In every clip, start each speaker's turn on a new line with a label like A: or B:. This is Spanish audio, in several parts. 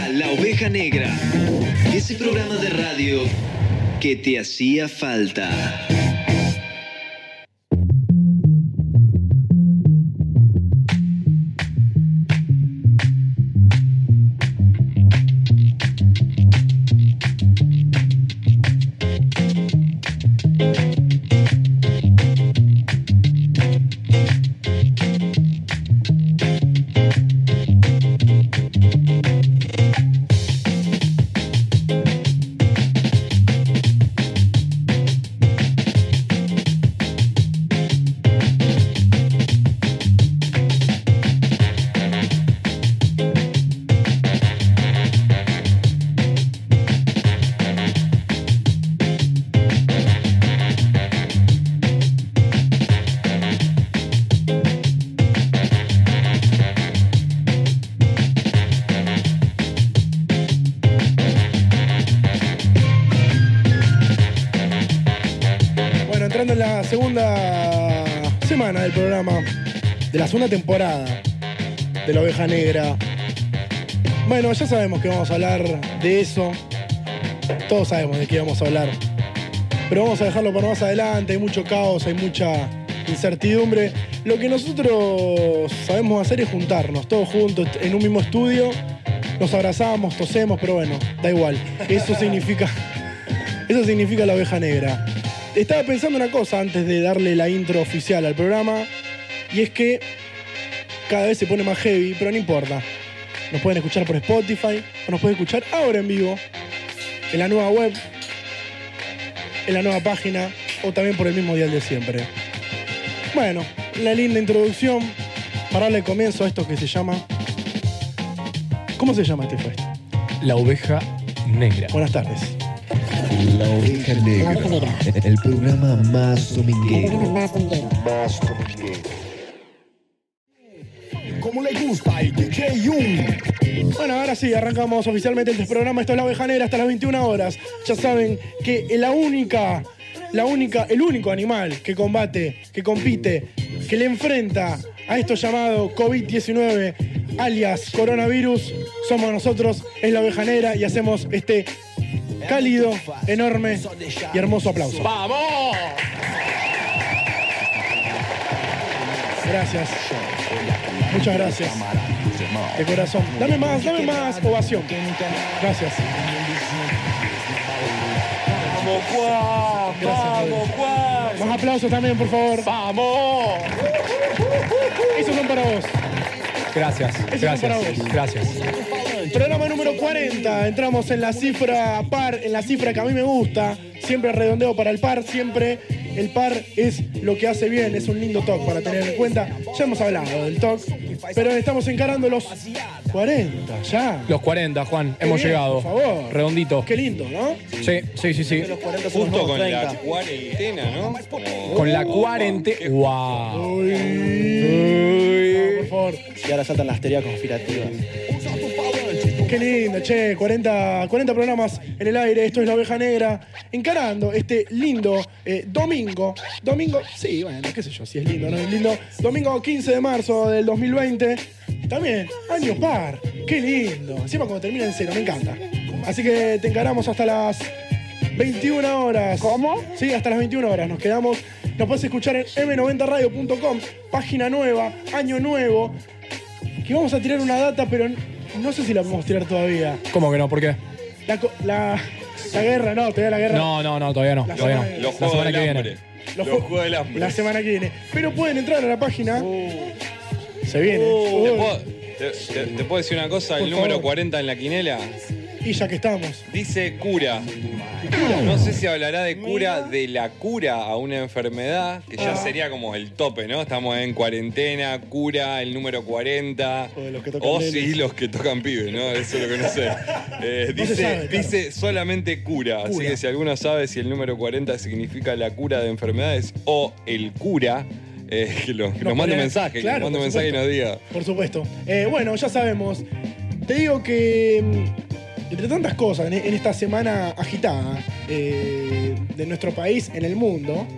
A: Caja Negra, ese programa de radio que te hacía falta.
B: Bueno, entrando en la segunda semana del programa, de la segunda temporada de la oveja negra. Bueno, ya sabemos que vamos a hablar de eso. Todos sabemos de qué vamos a hablar. Pero vamos a dejarlo para más adelante. Hay mucho caos, hay mucha incertidumbre. Lo que nosotros sabemos hacer es juntarnos, todos juntos, en un mismo estudio. Nos abrazamos, tosemos, pero bueno, da igual. Eso significa. Eso significa la oveja negra. Estaba pensando una cosa antes de darle la intro oficial al programa, y es que cada vez se pone más heavy, pero no importa. Nos pueden escuchar por Spotify, o nos pueden escuchar ahora en vivo, en la nueva web, en la nueva página, o también por el mismo dial de siempre. Bueno, la linda introducción para darle comienzo a esto que se llama... ¿Cómo se llama este fest?
C: La oveja negra.
B: Buenas tardes.
D: La Oveja Negra.
E: La Oveja Negra.
D: El programa más dominguero.
E: más dominguero.
F: como le gusta el DJ Jun.
B: Bueno, ahora sí, arrancamos oficialmente el programa. Esto es La Oveja Negra hasta las 21 horas. Ya saben que la única, la única, el único animal que combate, que compite, que le enfrenta a esto llamado COVID-19, alias coronavirus, somos nosotros, es La Oveja Negra y hacemos este cálido, enorme y hermoso aplauso. ¡Vamos! Gracias. Muchas gracias. De corazón. Dame más, dame más ovación. Gracias.
F: Vamos, Juan,
B: Gracias,
F: vamos, Juan.
B: Más aplausos también, por favor.
F: Vamos.
B: Esos son para vos.
C: Gracias,
B: es para
C: gracias,
B: vos.
C: gracias.
B: Programa número 40. Entramos en la cifra par, en la cifra que a mí me gusta. Siempre redondeo para el par, siempre. El par es lo que hace bien, es un lindo talk para tener en cuenta. Ya hemos hablado del talk, pero estamos encarando los 40, ya.
C: Los 40, Juan, hemos
B: Qué bien,
C: llegado.
B: Por favor.
C: Redondito.
B: Qué lindo, ¿no?
C: Sí, sí, sí, sí.
G: Justo con la cuarentena, ¿no?
C: Con la cuarentena. ¡Wow!
B: Por favor.
H: Y ahora saltan las teorías conspirativas.
B: Qué lindo, che, 40, 40 programas en el aire, esto es La Oveja Negra, encarando este lindo eh, domingo, domingo, sí, bueno, qué sé yo, si es lindo, no es lindo, domingo 15 de marzo del 2020, también, año par, qué lindo, encima cuando termina en cero, me encanta. Así que te encaramos hasta las 21 horas. ¿Cómo? Sí, hasta las 21 horas, nos quedamos, nos puedes escuchar en m90radio.com, página nueva, año nuevo, que vamos a tirar una data, pero n- no sé si la podemos tirar todavía.
C: ¿Cómo que no? ¿Por qué?
B: La, co- la, la guerra, no, todavía la guerra.
C: No, no, no, todavía no.
B: La
C: Todavía
B: semana-
C: no.
G: Los
C: La
G: Juegos
C: semana
G: del
C: que
G: Hambre.
C: viene.
G: Los
B: ju-
G: Juegos del Hambre.
B: La semana que viene. Pero pueden entrar a la página. Se viene.
G: ¿Te
B: Uy.
G: puedo, Oh. te- te- te puedo decir una cosa?
B: Por
G: El número
B: favor.
G: 40 en la quinela
B: Y ya que estamos.
G: dice cura. No sé si hablará de cura, de la cura a una enfermedad, que
B: Ah.
G: ya sería como el tope, ¿no? Estamos en cuarentena, cura, el número 40.
B: O de los que tocan
G: O
B: nenes.
G: sí, los que tocan pibes, ¿no? Eso es lo que no sé.
B: No
G: Eh,
B: se
G: dice,
B: sabe, claro.
G: dice solamente cura. Así
B: Cura.
G: que si alguno sabe si el número 40 significa la cura de enfermedades o el cura, eh, que lo- que nos, mande
B: pone-
G: un mensaje,
B: Claro,
G: que nos mande
B: por
G: un mensaje y nos
B: supuesto.
G: diga.
B: Por supuesto. Eh, bueno, ya sabemos. Te digo que mm, entre tantas cosas en, en esta semana agitada eh, de nuestro país en el mundo,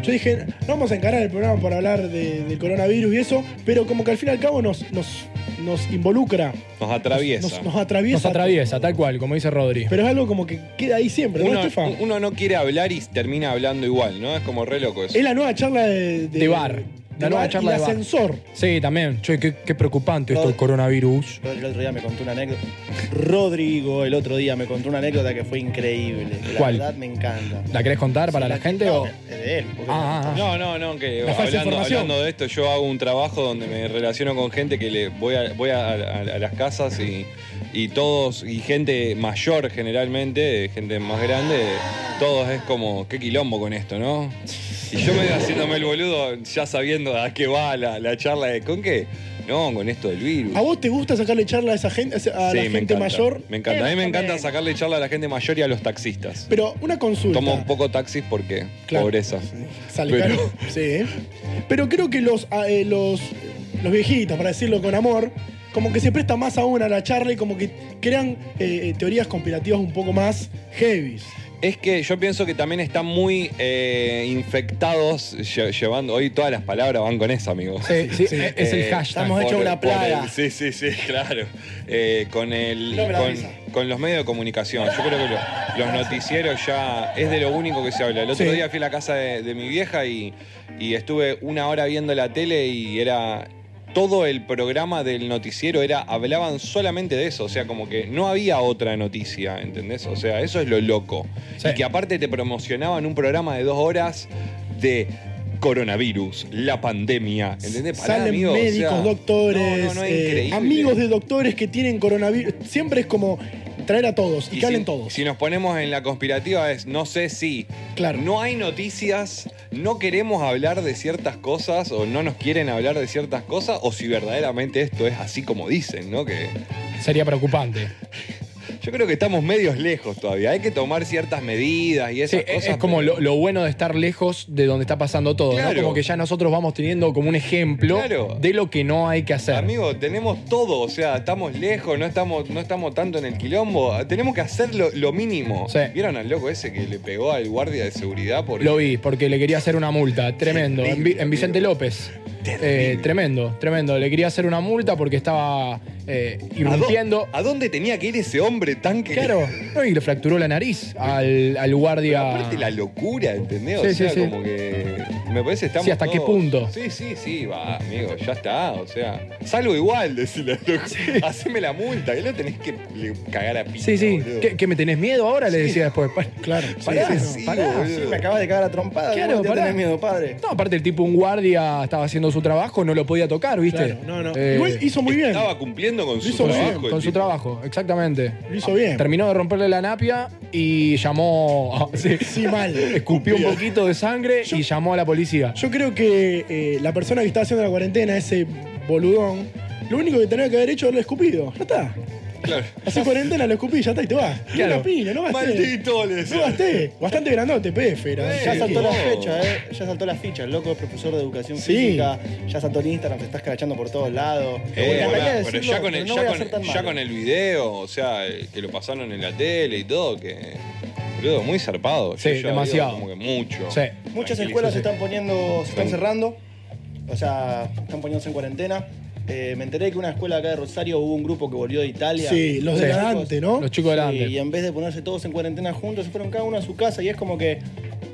B: yo dije, no vamos a encarar el programa para hablar de- del coronavirus y eso, pero como que al fin y al cabo nos, nos, nos involucra.
G: Nos atraviesa.
B: Nos, nos atraviesa.
C: Nos atraviesa, tal cual, como dice Rodri.
B: Pero es algo como que queda ahí siempre, ¿no,
G: uno,
B: Estefa?
G: uno no quiere hablar y termina hablando igual, ¿no? Es como re loco eso.
B: Es la nueva charla de.
C: De bar. La nueva charla
B: y
C: de bar.
B: ascensor.
C: Sí, también. Che, qué, qué preocupante esto del coronavirus.
H: Rodri el otro día me contó una anécdota. Rodrigo el otro día me contó una anécdota que fue increíble. que La
C: ¿Cuál?
H: verdad me encanta.
C: ¿La querés contar para la gente
H: No,
C: o.?
H: Es de él. pues. porque-
C: Ah, ah, ah.
G: No, no, no, que
B: La falsa
G: hablando,
B: información.
G: hablando de esto, yo hago un trabajo donde me relaciono con gente que le voy a, voy a, a- a las casas y, y todos, y gente mayor generalmente, gente más grande, todos es como, qué quilombo con esto, ¿no? Y yo me haciéndome el boludo, ya sabiendo a qué va la, la charla de, ¿con qué? No, con esto del virus.
B: ¿A vos te gusta sacarle charla a esa gente, a Ah, la
G: Sí,
B: gente
G: encanta,
B: mayor?
G: Me
C: Eh,
G: encanta. A mí me encanta sacarle charla a la gente mayor y a los taxistas.
B: Pero una consulta.
G: Tomo un poco taxis porque
B: Claro.
G: pobreza.
B: Sale
G: Pero-
B: caro. Sí. ¿eh? Pero creo que los, a- eh, los, los viejitos, para decirlo con amor, como que se presta más aún a la charla y como que crean eh, teorías conspirativas un poco más heavy.
G: Es que yo pienso que también están muy eh, infectados lle- llevando. Hoy todas las palabras van con eso, amigo.
C: Sí, sí, es es
G: Eh,
C: el hashtag.
H: estamos- Hemos hecho
G: Por-
H: una
G: por el-
H: plaga.
G: sí, sí, sí, claro. Eh, con, el,
B: No me la avisa.
G: con, con los medios de comunicación. Yo creo que lo- los noticieros ya es de lo único que se habla. El otro
B: Sí.
G: día fui a la casa de, de mi vieja y, y estuve una hora viendo la tele y era. Todo el programa del noticiero era, hablaban solamente de eso, o sea, como que no había otra noticia, ¿entendés? O sea, eso es lo loco.
C: Sí.
G: Y que aparte te promocionaban un programa de dos horas de coronavirus, la pandemia, ¿entendés? Pará,
B: Salen
G: amigo, o sea,
B: médicos, doctores,
G: no, no, no, es
B: eh,
G: increíble.
B: amigos de doctores que tienen coronavirus. Siempre es como traer a todos y, que hablen
G: si,
B: todos.
G: Si nos ponemos en la conspirativa es, no sé si,
B: Claro.
G: no hay noticias, no queremos hablar de ciertas cosas o no nos quieren hablar de ciertas cosas o si verdaderamente esto es así como dicen, ¿no? Que
C: Sería preocupante.
G: yo creo que estamos medios lejos todavía, hay que tomar ciertas medidas y
C: Sí,
G: esas
C: es,
G: cosas.
C: es como
G: pero-
C: lo, lo bueno de estar lejos de donde está pasando todo,
G: Claro.
C: ¿no? Como que ya nosotros vamos teniendo como un ejemplo
G: Claro.
C: de lo que no hay que hacer.
G: Amigo, tenemos todo, o sea, estamos lejos, no estamos, no estamos tanto en el quilombo, tenemos que hacer lo, lo mínimo.
C: Sí.
G: ¿Vieron al loco ese que le pegó al guardia de seguridad por
C: Lo vi, porque le quería hacer una multa, tremendo. En, Vi- en Vicente López. Eh, tremendo, tremendo. Le quería hacer una multa porque estaba eh,
G: ¿A, dó-
C: irrumpiendo.
G: ¿A dónde tenía que ir ese hombre tan que
C: Claro, no, y le fracturó la nariz al, al
G: Pero
C: guardia.
G: aparte la locura, ¿entendés?
C: Sí,
G: o
C: sí,
G: sea,
C: sí.
G: como que. Me parece que estamos.
C: Sí, ¿hasta qué
G: todos-
C: punto?
G: Sí, sí, sí, va, amigo, ya está. O sea, salgo igual, decirle loco. Haceme la multa, que lo tenés que le- cagar a pizza.
C: Sí, sí.
G: boludo.
C: ¿Qué, qué me tenés miedo ahora? Le decía después.
B: Claro.
G: Pará,
B: Sí, sí,
G: sí,
H: Pará,
G: boludo.
H: sí, me acabas de cagar a trompada.
C: Claro,
H: Claro,
C: Ah, pará.
H: tenés miedo, padre.
C: No, aparte el tipo, un guardia estaba haciendo su trabajo, no lo podía tocar, ¿viste?
B: Claro, no, no.
C: Eh,
B: Igual hizo muy bien.
G: Estaba cumpliendo con su
B: hizo muy bien,
G: trabajo. el
C: con su
G: tipo.
C: trabajo, exactamente.
B: Lo hizo bien.
C: Terminó de romperle la napia y llamó. sí,
B: Sí, mal.
C: escupió un poquito de sangre y llamó a la policía.
B: Yo creo que eh, la persona que está haciendo la cuarentena, ese boludón, lo único que tenía que haber hecho es lo escupido. Ya está.
G: Claro.
B: Hace cuarentena, lo escupí, ya está y te vas.
C: Claro.
B: Una piña, no gasté.
G: Maldito, le
B: No
G: decía.
B: gasté. Bastante grandote, pefe. era.
G: Sí.
H: Ya saltó la
G: Oh.
H: fecha, eh. Ya saltó la ficha. El loco es profesor de educación
B: Sí.
H: física. Ya saltó el Instagram, te estás carachando por todos lados. Me
G: Eh,
H: encantaría
G: pará, pero
H: decirlo,
G: ya con el,
H: pero no
G: ya
H: voy a
G: con-
H: ser tan
G: ya
H: malo.
G: con el video, o sea, eh, que lo pasaron en la tele y todo, que. Boludo, muy zarpado. Yo
C: Sí,
G: ya digo
C: demasiado.
G: Como que mucho.
C: Sí.
H: Muchas
G: Tranquilízate.
H: escuelas se están poniendo, se están cerrando, o sea, están poniéndose en cuarentena. Eh, me enteré que una escuela acá de Rosario hubo un grupo que volvió de Italia.
B: Sí, los de
C: Sí.
B: Dante, ¿no?
C: Los chicos delante.
H: Sí, y en vez de ponerse todos en cuarentena juntos, se fueron cada uno a su casa y es como que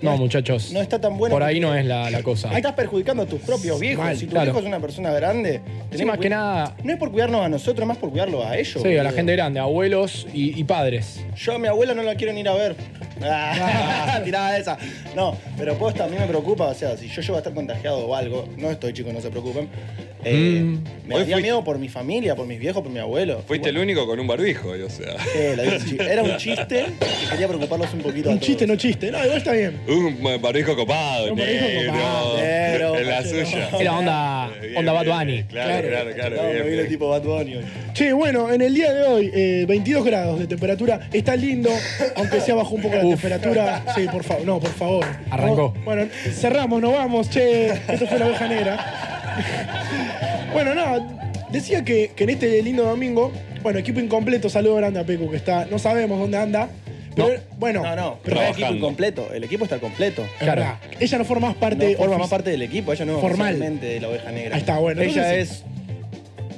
C: No, muchachos.
H: no está tan bueno.
C: Por ahí no es la, la cosa.
H: Estás perjudicando a tus propios viejos.
C: Mal,
H: si tu
C: claro.
H: viejo es una persona grande,
C: Sí,
H: tenés
C: más que
H: cuida-
C: nada.
H: No es por cuidarnos a nosotros, es más por cuidarlo a ellos.
C: Sí, a la
H: boludo.
C: gente grande, abuelos y, y padres.
H: Yo a mi abuela no la quiero ni ir a ver. Ah, tirada esa. No, pero posta, a mí me preocupa. O sea, si yo llego a estar contagiado o algo, no estoy chico, no se preocupen. eh,
B: Mm.
H: Me
G: Hoy
H: daría
G: fui-
H: miedo por mi familia, por mis viejos, por mi abuelo.
G: Fuiste el único con un barbijo, y, o sea.
H: Sí, la vi un chiste. Era un chiste que quería preocuparlos un poquito. a
B: Un
H: todos.
B: chiste, no chiste. No, igual está bien.
G: Un barbijo copado,
B: Un barbijo
G: negro.
B: copado,
H: negro,
G: en la
H: macho,
G: suya.
C: Era onda,
G: Bien,
C: onda Bad
G: bien,
C: Bunny.
G: Claro, claro, claro.
H: No, me
G: bien,
H: vino
G: bien.
H: tipo Bad Bunny hoy.
B: Che, bueno, en el día de hoy, eh, 22 grados de temperatura. Está lindo, aunque sea bajó un poco la temperatura. Sí, por favor. No, por favor.
C: Arrancó.
B: No, bueno, cerramos, nos vamos. Che, esto fue la oveja negra. Bueno, nada. Decía que, que en este lindo domingo, bueno, equipo incompleto, saludo grande a Pecu, que está, no sabemos dónde anda. Pero, bueno,
H: No, no, pero
B: pero
H: el equipo
G: Trabajando.
H: incompleto. El equipo está completo.
B: es verdad, ella no forma más parte.
H: No forma más
B: ofici-
H: parte del equipo, ella no es
B: Formal.
H: oficialmente de la oveja negra.
B: Ahí está, bueno,
H: Ella
B: entonces
H: es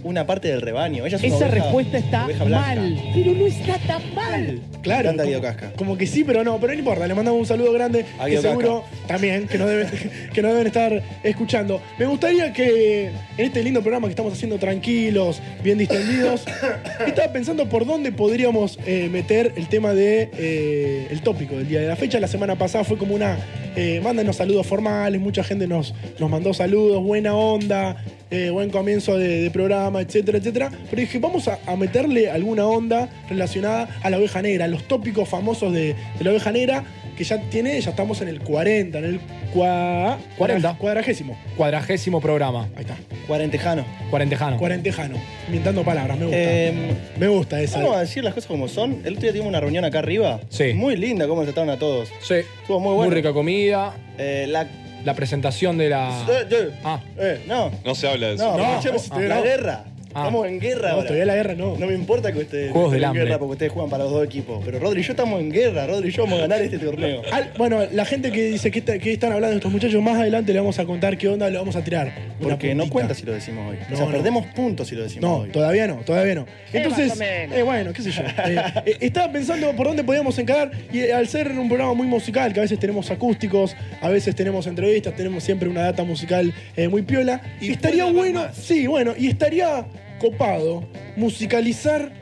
H: una parte del rebaño. Ella es una
E: Esa
H: oveja-
E: respuesta está
H: oveja blanca.
E: mal, pero no está tan mal.
B: Claro.
H: Canta
B: como-
H: Guido Casca.
B: Como que sí, pero no, pero no importa. Le mandamos un saludo grande.
H: A
B: que
H: Guido
B: seguro también que no, deben, que no deben estar escuchando. Me gustaría que en este lindo programa que estamos haciendo tranquilos, bien distendidos, estaba pensando por dónde podríamos eh, meter el tema de eh, el tópico del día de la fecha. La semana pasada fue como una. eh, mándanos saludos formales, mucha gente nos, nos mandó saludos, buena onda. eh, buen comienzo de, de programa, etcétera, etcétera. Pero dije, vamos a, a meterle alguna onda relacionada a la oveja negra, a los tópicos famosos de, de la oveja negra, que ya tiene, ya estamos en el 40, en el cua-
C: 40.
B: cuadragésimo.
C: Cuadragésimo programa.
B: Ahí está,
H: Cuarentejano.
C: Cuarentejano.
B: cuarentejano, inventando palabras, me gusta.
H: Eh,
B: me gusta esa.
H: vamos a decir las cosas como son. El otro día tuvimos una reunión acá arriba.
C: Sí.
H: Muy linda cómo se trataron a todos.
C: Sí.
H: Estuvo muy bueno.
C: Muy rica comida.
H: Eh, la...
C: La presentación de la.
H: Eh, eh,
C: Ah,
H: eh, no, no,
G: No se habla de eso.
H: no, pues,
B: No,
H: escuchemos,
B: ah,
H: la
B: no.
H: guerra.
C: Ah.
H: Estamos en guerra
B: no,
H: ahora.
B: todavía la guerra no.
H: No me importa que ustedes
C: Juegos
H: estén
C: del
H: en
C: hambre.
H: guerra porque ustedes juegan para los dos equipos. Pero Rodri y yo estamos en guerra, Rodri y yo vamos a ganar este torneo.
B: Al- bueno, la gente que dice que, está- que están hablando estos muchachos, más adelante le vamos a contar qué onda, le vamos a tirar. una
H: Porque no
B: puntita.
H: cuenta si lo decimos hoy.
B: No,
H: o sea,
B: no.
H: perdemos puntos si lo decimos
B: No,
H: hoy.
B: todavía no, todavía no. Entonces,
E: más o menos.
B: eh, bueno, qué sé yo. Eh, eh, estaba pensando por dónde podíamos encarar y eh, al ser un programa muy musical, que a veces tenemos acústicos, a veces tenemos entrevistas, tenemos siempre una data musical eh, muy piola,
I: Y puede
B: estaría
I: haber
B: bueno,
I: más.
B: sí, bueno, y estaría copado musicalizar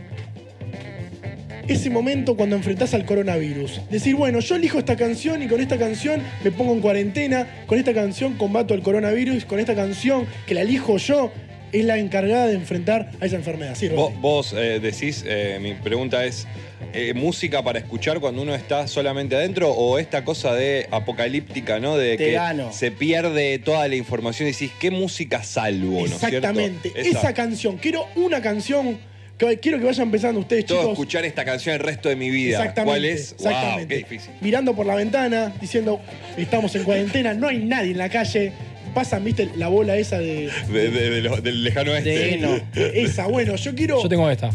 B: ese momento cuando enfrentás al coronavirus. Decir, bueno, yo elijo esta canción y con esta canción me pongo en cuarentena, con esta canción combato el coronavirus, con esta canción que la elijo yo es la encargada de enfrentar a esa enfermedad. Sí,
G: Vos,
B: Rodri.
G: vos, eh, decís, eh, mi pregunta es, eh, ¿música para escuchar cuando uno está solamente adentro o esta cosa de apocalíptica, ¿no? De
H: Te
G: que
H: gano.
G: se pierde toda la información y decís, ¿qué música salvo? ¿no es cierto?
B: Exactamente,
G: Esa.
B: esa. canción. Quiero una canción que quiero que vayan pensando ustedes,
G: Todo
B: chicos.
G: escuchar esta canción el resto de mi vida.
B: Exactamente.
G: ¿Cuál es? Wow,
B: exactamente.
G: qué difícil.
B: Mirando por la ventana, diciendo, estamos en cuarentena, no hay nadie en la calle. Pasan, viste, la bola esa de.
G: De- de- de lo- del lejano oeste.
H: De heno.
B: Esa, bueno, yo quiero.
C: yo tengo esta.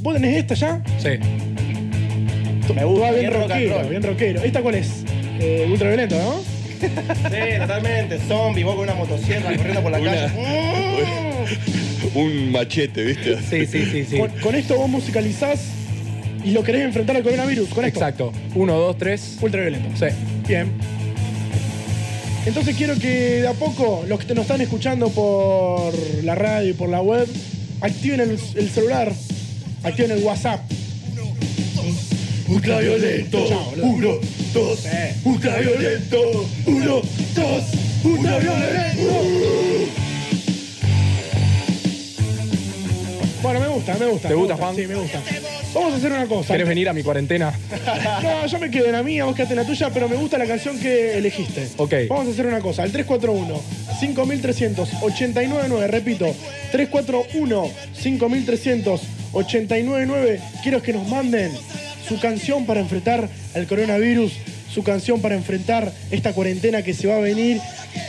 B: ¿Vos tenés esta ya?
C: Sí.
H: Me gusta,
B: Toda bien,
H: bien rock and
B: rockero,
H: roll.
B: bien rockero. ¿Esta cuál es? Eh, ultraviolento, ¿no?
H: Sí, totalmente. Zombie, vos con una motosierra corriendo por la
G: Una-
H: calle.
I: Eh.
H: Mm.
G: Un machete, ¿viste?
C: Sí, sí, sí, sí.
B: Con, con esto vos musicalizás y lo querés enfrentar al coronavirus. Con esto.
C: Exacto. Uno, dos, tres.
B: Ultraviolento.
C: Sí.
B: Bien. Entonces quiero que de a poco los que te- nos están escuchando por la radio y por la web, activen el, el celular, activen el WhatsApp.
I: Ultraviolento, uno, dos,
E: Eh.
I: ultraviolento, uno, dos, ultraviolento.
B: Bueno, me gusta, me gusta.
C: ¿Te
B: me
C: gusta, Juan?
B: Sí, me gusta. Vamos a hacer una cosa.
C: ¿Querés venir a mi cuarentena?
B: No, yo me quedo en la mía, vos quedate en la tuya, pero me gusta la canción que elegiste.
C: Ok.
B: Vamos a hacer una cosa, el 341 53899, repito, 341 53899, quiero que nos manden su canción para enfrentar al coronavirus, su canción para enfrentar esta cuarentena que se va a venir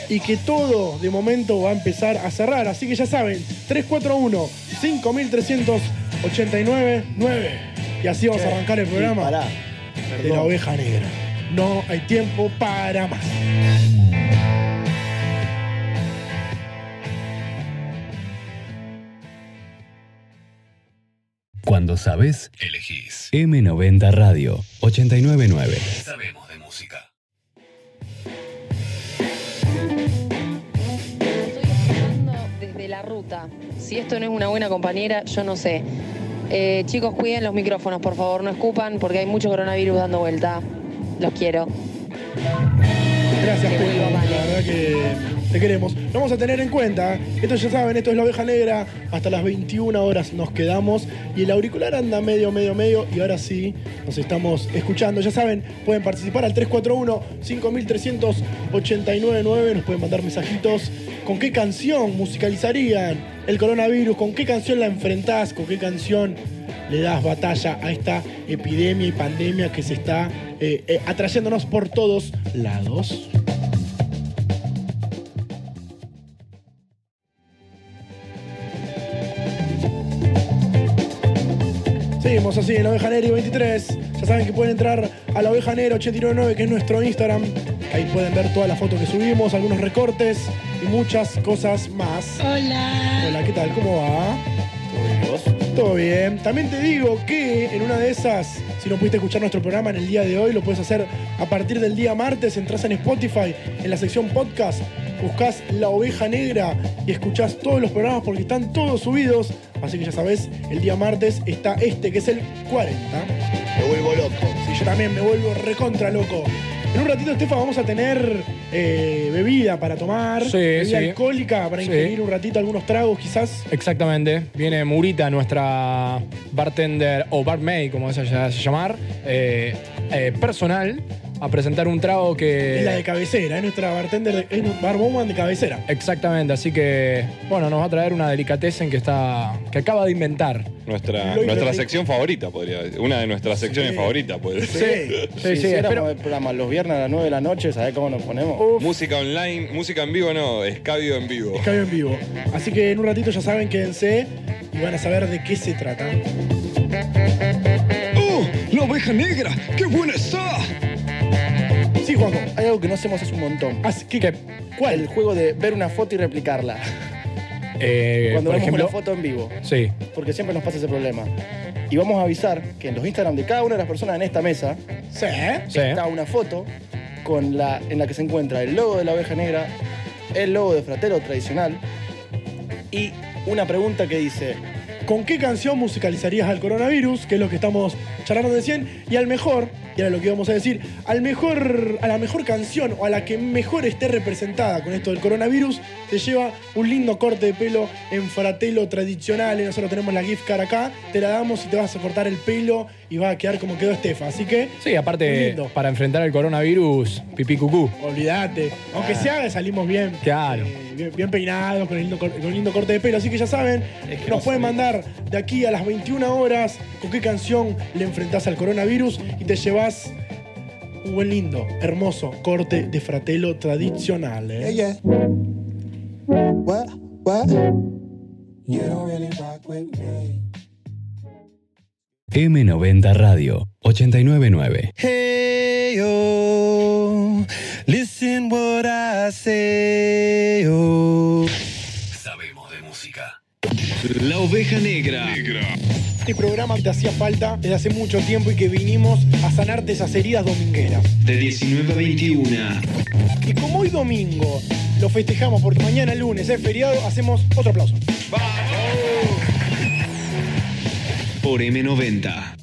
B: y que todo de momento va a empezar a cerrar, así que ya saben, 341 53899 y así vamos a arrancar el programa
H: Pará.
B: de la
H: Perdón.
B: oveja negra. No hay tiempo para más.
J: Cuando sabes, elegís. M90 Radio 899. Sabemos de música.
K: Estoy escuchando desde la ruta. Si esto no es una buena compañera, yo no sé. Eh, chicos, cuiden los micrófonos, por favor, no escupan porque hay mucho coronavirus dando vuelta. Los quiero.
B: Gracias,
K: Te
B: Julio.
K: vuelvo,
B: La
K: vale.
B: verdad que te queremos. Lo vamos a tener en cuenta. Esto ya saben, esto es la oveja negra. Hasta las 21 horas nos quedamos. Y el auricular anda medio, medio, medio. Y ahora sí, nos estamos escuchando. Ya saben, pueden participar al 341-53899. Nos pueden mandar mensajitos. ¿Con qué canción musicalizarían el coronavirus? ¿Con qué canción la enfrentás? ¿Con qué canción le das batalla a esta epidemia y pandemia que se está eh, eh, atrayéndonos por todos lados. Seguimos así en la Oveja Negra y 23. Ya saben que pueden entrar a la Oveja Negra 899, que es nuestro Instagram, que Ahí pueden ver todas las fotos que subimos, algunos recortes y muchas cosas más.
E: Hola.
B: Hola, ¿qué tal? ¿Cómo va? Todo bien. También te digo que en una de esas, si no pudiste escuchar nuestro programa en el día de hoy, lo puedes hacer a partir del día martes. Entrás en Spotify, en la sección podcast, buscas La Oveja Negra y escuchás todos los programas porque están todos subidos. Así que ya sabés, el día martes está este, que es el 40. Me vuelvo loco. Sí, yo también me vuelvo recontra loco. En un ratito, Estefa, vamos a tener eh, bebida para tomar,
C: Sí,
B: bebida
C: sí.
B: alcohólica para
C: Sí.
B: ingerir un ratito, algunos tragos quizás.
C: Exactamente. Viene Murita, nuestra bartender o barmaid, como se llama- se llamar, eh, eh, personal, a presentar un trago que.
B: Es la de cabecera, es nuestra bartender, de- es un bar woman de cabecera.
C: Exactamente, así que bueno, nos va a traer una delicatessen que está. que acaba de inventar.
G: Nuestra,
C: Lo hice
G: nuestra
C: así.
G: sección favorita, podría decir. Una de nuestras secciones favoritas, puede ser.
H: Sí, sí, espero... el programa los viernes a las 9 de la noche, ¿sabés cómo nos ponemos?
G: Música online, música en vivo no, escabio en vivo.
B: Escabio en vivo. Así que en un ratito ya saben, quédense y van a saber de qué se trata.
I: ¡Oh! ¡La oveja negra! ¡Qué buena está!
H: Sí, Juanjo, hay algo que no hacemos hace un montón.
C: Ah,
B: ¿Qué?
H: ¿Cuál? El juego de ver una foto y replicarla.
C: Eh,
H: Cuando
C: por
H: vemos
C: ejemplo,
H: una foto en vivo.
C: Sí.
H: Porque siempre nos pasa ese problema. Y vamos a avisar que en los Instagram de cada una de las personas en esta mesa
C: Sí.
H: está una foto con la, en la que se encuentra el logo de la oveja negra, el logo de Fratero tradicional y una pregunta que dice,
B: ¿Con qué canción musicalizarías al coronavirus? Que es lo que estamos charlando recién. Y al mejor, y era lo que íbamos a decir, al mejor, a la mejor canción o a la que mejor esté representada con esto del coronavirus, te lleva un lindo corte de pelo en fratelo tradicional. Y nosotros tenemos la gift card acá, te la damos y te vas a cortar el pelo y va a quedar como quedó Estefa. Así que.
C: Sí,
B: muy
C: aparte,
B: lindo.
C: para enfrentar el coronavirus, pipí cucú.
B: Olvídate. Aunque se haga, salimos bien. eh,
C: Claro.
B: bien, bien peinados, con el lindo, cor- con el lindo corte de pelo. Así que ya saben,
H: que no
B: nos pueden mandar de aquí a las 21 horas con qué canción le enfrentás al coronavirus y te llevas un buen lindo, hermoso corte de fratelo tradicional. ¿eh?
I: What? What? You don't really rock with me.
J: M90 Radio 899.
I: Hey, yo, listen what I say, yo.
J: Sabemos de música.
A: La oveja negra.
B: Este programa que te hacía falta desde hace mucho tiempo y que vinimos a sanarte esas heridas domingueras.
A: De 19 a 21.
B: Y como hoy domingo lo festejamos porque mañana lunes es feriado, hacemos otro aplauso.
A: Por M90.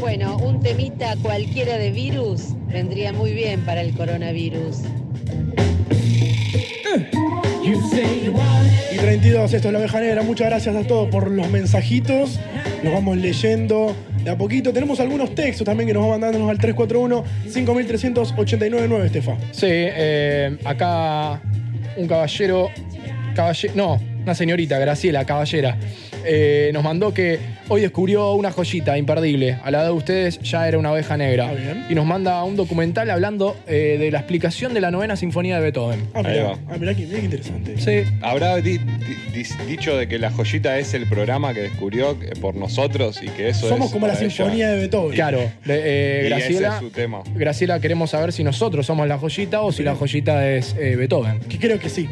K: Bueno, un temita cualquiera de virus vendría muy bien para el coronavirus.
B: Y 32, esto es la oveja negra. Muchas gracias a todos por los mensajitos. Los vamos leyendo de a poquito. Tenemos algunos textos también que nos van mandándonos al 341-53899, Estefa.
C: Sí, eh, acá un caballero, caballe- no, una señorita, Graciela, caballera, eh, nos mandó que hoy descubrió una joyita imperdible. A la edad de ustedes ya era una oveja negra. Y nos manda un documental hablando eh, de la explicación de la novena sinfonía de Beethoven.
B: Ah,
G: Ahí
B: mirá,
G: va.
B: ah, mirá que, mirá que interesante.
C: Sí.
G: ¿Habrá di- di- dis- dicho de que la joyita es el programa que descubrió eh, por nosotros y que eso
B: Somos
G: es
B: como la
G: para
B: sinfonía
G: ella?
B: de Beethoven.
C: Claro, de- eh,
G: Y ese
C: Graciela,
G: es su tema.
C: Graciela, queremos saber si nosotros somos la joyita o si la joyita es eh, Beethoven.
B: Que creo que sí.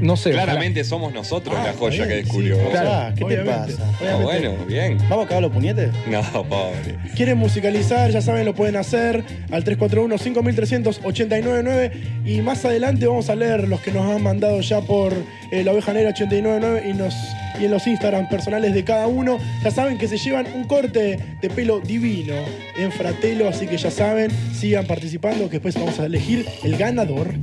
C: No sé. ojalá.
G: Claramente somos nosotros
B: Ah,
G: la joya
C: bien,
G: que descubrió.
C: sí, claro.
H: Ah, ¿qué
B: Obviamente,
H: te pasa?
G: Ah, bueno, bien.
H: ¿Vamos a cagar los puñetes?
G: No, pobre.
B: Quieren musicalizar, ya saben, lo pueden hacer al 341-53899. Y más adelante vamos a leer los que nos han mandado ya por eh, la oveja negra 899 y, nos, y en los Instagram personales de cada uno. Ya saben que se llevan un corte de pelo divino en Fratelo, así que ya saben, sigan participando, que después vamos a elegir el ganador.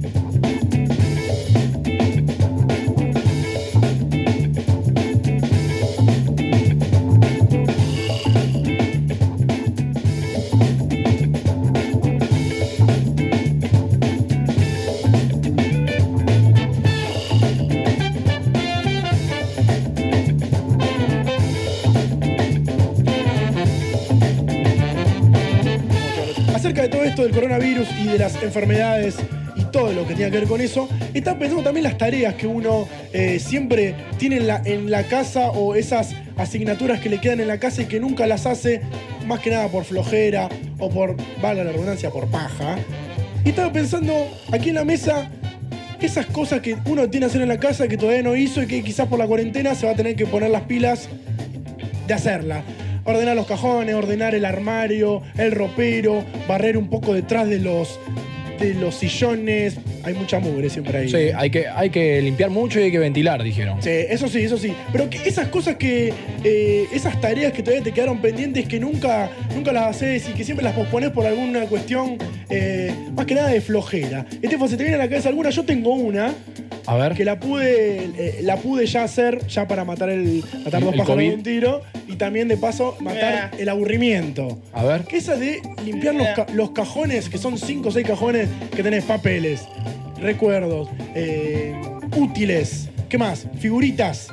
B: Acerca de todo esto del coronavirus y de las enfermedades y todo lo que tenga que ver con eso. Estaba pensando también las tareas que uno eh, siempre tiene en la, en la casa o esas asignaturas que le quedan en la casa y que nunca las hace, más que nada por flojera o por, valga la redundancia, por paja. Y estaba pensando aquí en la mesa esas cosas que uno tiene que hacer en la casa que todavía no hizo y que quizás por la cuarentena se va a tener que poner las pilas de hacerla. Ordenar los cajones, ordenar el armario, el ropero, barrer un poco detrás de los, de los sillones. Hay mucha mugre siempre ahí.
C: Sí, hay que, hay que limpiar mucho y hay que ventilar, dijeron.
B: Sí, eso sí, eso sí. Pero que esas cosas que. eh, esas tareas que todavía te quedaron pendientes que nunca, nunca las haces y que siempre las pospones por alguna cuestión eh, más que nada de flojera. Este se te viene a la cabeza alguna, yo tengo una.
C: A ver.
B: Que la pude, eh, la pude ya hacer, ya para matar el. matar dos
C: El
B: pájaros de
C: COVID.
B: un tiro. Y también de paso matar el aburrimiento.
C: A ver.
B: Que esa de limpiar los, ca- los cajones, que son 5 o 6 cajones que tenés papeles, recuerdos, eh, útiles. ¿Qué más? Figuritas.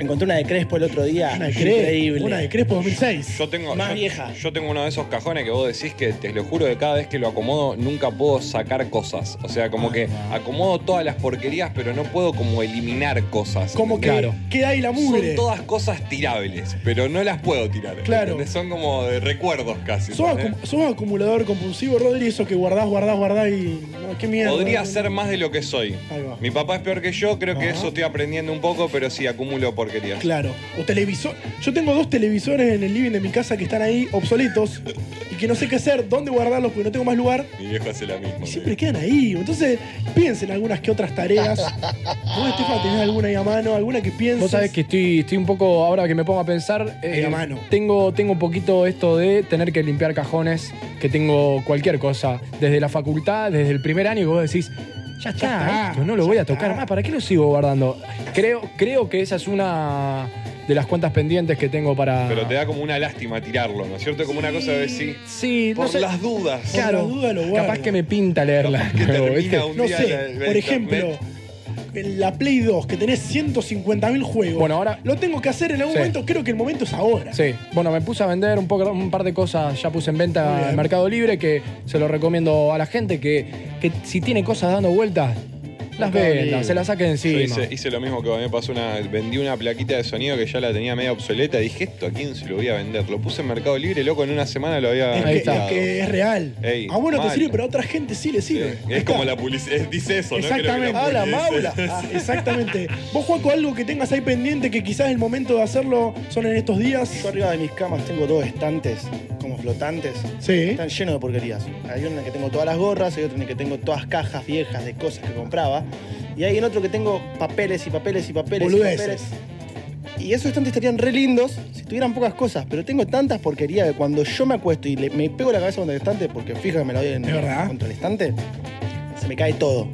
H: Encontré una de Crespo el otro día.
B: Una de Crespo,
H: increíble.
B: una de Crespo 2006.
G: Yo tengo,
H: Más
G: yo-
H: vieja.
G: Yo tengo uno de esos cajones que vos decís que te lo juro que cada vez que lo acomodo nunca puedo sacar cosas. O sea,
B: Ah.
G: como que acomodo todas las porquerías, pero no puedo como eliminar cosas.
B: Como que
G: ¿entendés?
B: queda ahí la mugre.
G: Son todas cosas tirables, pero no las puedo tirar.
B: Claro.
G: ¿entendés? Son como de recuerdos casi.
B: ¿Sos,
G: ¿entendés?
B: acu- sos acumulador compulsivo, Rodri? Eso que guardás, guardás, guardás y. no, qué miedo.
G: Podría ser más de lo que soy.
B: Ahí va.
G: Mi papá es peor que yo, creo que
B: Ajá.
G: eso estoy aprendiendo un poco, pero sí acumulo porquerías.
B: Claro. O televisor. Yo tengo dos televisores en el living de mi casa que están ahí obsoletos y que no sé qué hacer, dónde guardarlos porque no tengo más lugar.
G: Mi viejo hace la misma.
B: Siempre quedan ahí. Entonces, piensen algunas que otras tareas. ¿Vos, Estefa, tenés alguna ahí a mano? ¿Alguna que pienses?
C: Vos sabés que estoy, estoy un poco, ahora que me pongo a pensar, eh,
B: la mano.
C: Tengo, tengo un poquito esto de tener que limpiar cajones, que tengo cualquier cosa, desde la facultad, desde el primer año, que vos decís, ya está,
B: está,
C: esto no lo voy a tocar más, ¿para qué lo sigo guardando? Creo, creo que esa es una de las cuentas pendientes que tengo para...
G: Pero te da como una lástima tirarlo, ¿no es cierto? Como una cosa de decir.
C: Sí, no
G: Por
C: sé.
G: las dudas.
C: Claro,
B: Por las dudas lo guardo.
C: capaz que me pinta leerla.
G: que
C: nuevo,
G: termina
C: ¿viste?
G: un
B: No
G: día la-
B: sé,
G: la-
B: por ejemplo, en la Play 2, que tenés 150.000 juegos.
C: Bueno, ahora-
B: Lo tengo que hacer en algún
C: Sí.
B: momento, creo que el momento es ahora.
C: Sí, bueno, me puse a vender un, poco, un par de cosas, ya puse en
B: Muy
C: venta
B: bien.
C: en Mercado Libre, que se lo recomiendo a la gente, que, que si tiene cosas dando vueltas, las
H: Mercado
C: venda,
H: Libre.
C: se las saquen
G: Yo
C: encima.
G: hice, hice lo mismo que a mí me pasó una. Vendí una plaquita de sonido que ya la tenía media obsoleta. Dije, ¿esto a quién se lo voy a vender? Lo puse en Mercado Libre, loco, en una semana lo había.
B: Es
C: Ahí
B: que,
C: está.
B: es que es real.
G: Ey,
B: a vos no te
G: Ah, mal.
B: sirve, pero a otra gente sí le
G: Sí,
B: sirve. Ahí
G: Es
B: está.
G: como la publicidad. Dice eso, ¿no? Creo que
B: Exactamente.
G: la publicidad-
B: Ah, exactamente. Vos, Juaco, algo que tengas ahí pendiente que quizás el momento de hacerlo son en estos días.
H: Yo arriba de mis camas tengo dos estantes como flotantes.
B: Sí.
H: Están llenos de porquerías. Hay uno en el que tengo todas las gorras, hay otro en el que tengo todas cajas viejas de cosas que compraba. Y hay en otro que tengo papeles y papeles y papeles y
B: Boludeces.
H: papeles. Y esos estantes estarían re lindos si tuvieran pocas cosas, pero tengo tantas porquerías que cuando yo me acuesto y le- me pego la cabeza contra el estante, porque fíjate que me la doy en,
B: ¿Es verdad?
H: contra el estante, se me cae todo.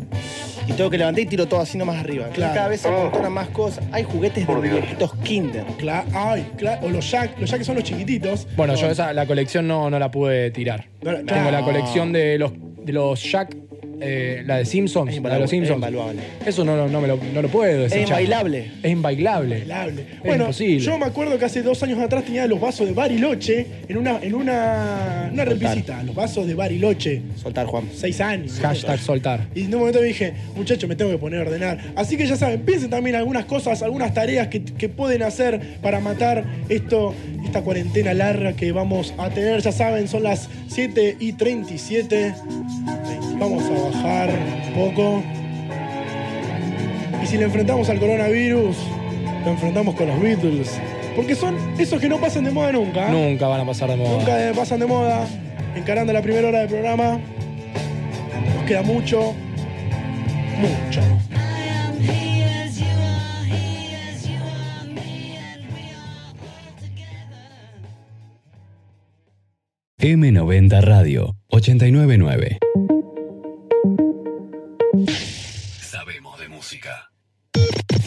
H: Y tengo que levantar y tiro todo así nomás arriba. Entonces,
B: Claro.
H: Cada vez se amontonan más cosas. Hay juguetes de viejitos Kinder.
B: Cla- ay, cla- o los Jack, los Jack que son los chiquititos.
C: Bueno, yo
B: No,
C: esa, la colección no, no la pude tirar.
B: No, no,
C: Tengo la
B: no.
C: colección de los, de los Jack, eh, la de Simpsons, la de los Simpsons.
H: Es invaluable.
C: Eso no, lo- no me lo, no lo puedo
H: Es
C: desechar.
H: invailable.
C: Es invailable.
B: Inviolable.
C: Es
B: Bueno,
C: imposible.
B: yo me acuerdo que hace dos años atrás tenía los vasos de Bariloche en una, en una, una repisita. Los vasos de Bariloche.
H: Soltar, Juan.
B: Seis años.
C: Hashtag soltar.
B: Y en un momento dije, muchachos, me tengo que poner a ordenar. Así que ya saben, piensen también algunas cosas, algunas tareas que, que pueden hacer para matar esto, esta cuarentena larga que vamos a tener. Ya saben, son las 7 y 37. Vamos a bajar un poco. Y si le enfrentamos al coronavirus, lo enfrentamos con los Beatles. Porque son esos que no pasan de moda nunca. ¿eh?
C: Nunca van a pasar de moda.
B: Nunca eh, pasan de moda. Encarando la primera hora del programa. Nos queda mucho. Mucho.
J: M90 Radio 899. Sabemos de música.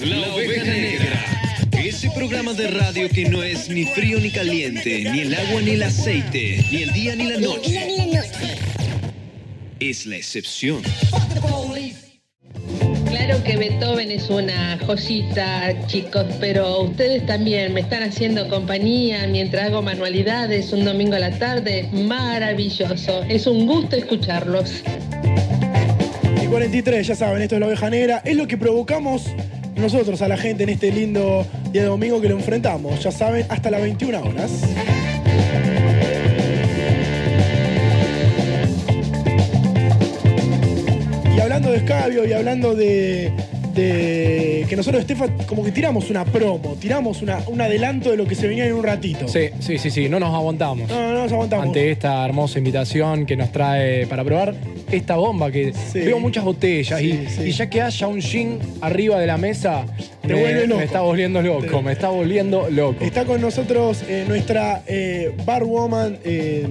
A: La Oveja Negra. Ese programa de radio que no es ni frío ni caliente, ni el agua ni el aceite, ni el día ni la noche. Es la excepción.
K: Claro que Beethoven es una joyita, chicos, pero ustedes también me están haciendo compañía mientras hago manualidades un domingo a la tarde. Maravilloso. Es un gusto escucharlos.
B: Y 43, ya saben, esto es la oveja negra. Es lo que provocamos nosotros a la gente en este lindo día de domingo que lo enfrentamos. Ya saben, hasta las 21 horas. Y hablando de escabio y hablando de, de que nosotros, Estefa, como que tiramos una promo, tiramos una, un adelanto de lo que se venía en un ratito.
C: Sí, sí, sí, sí, no nos aguantamos.
B: No, no nos aguantamos.
C: Ante esta hermosa invitación que nos trae para probar esta bomba que veo muchas botellas y, y ya que haya un gin arriba de la mesa,
B: Te
C: me,
B: vuelve
C: me
B: loco.
C: está volviendo loco, me está volviendo loco.
B: Está con nosotros eh, nuestra eh, barwoman eh,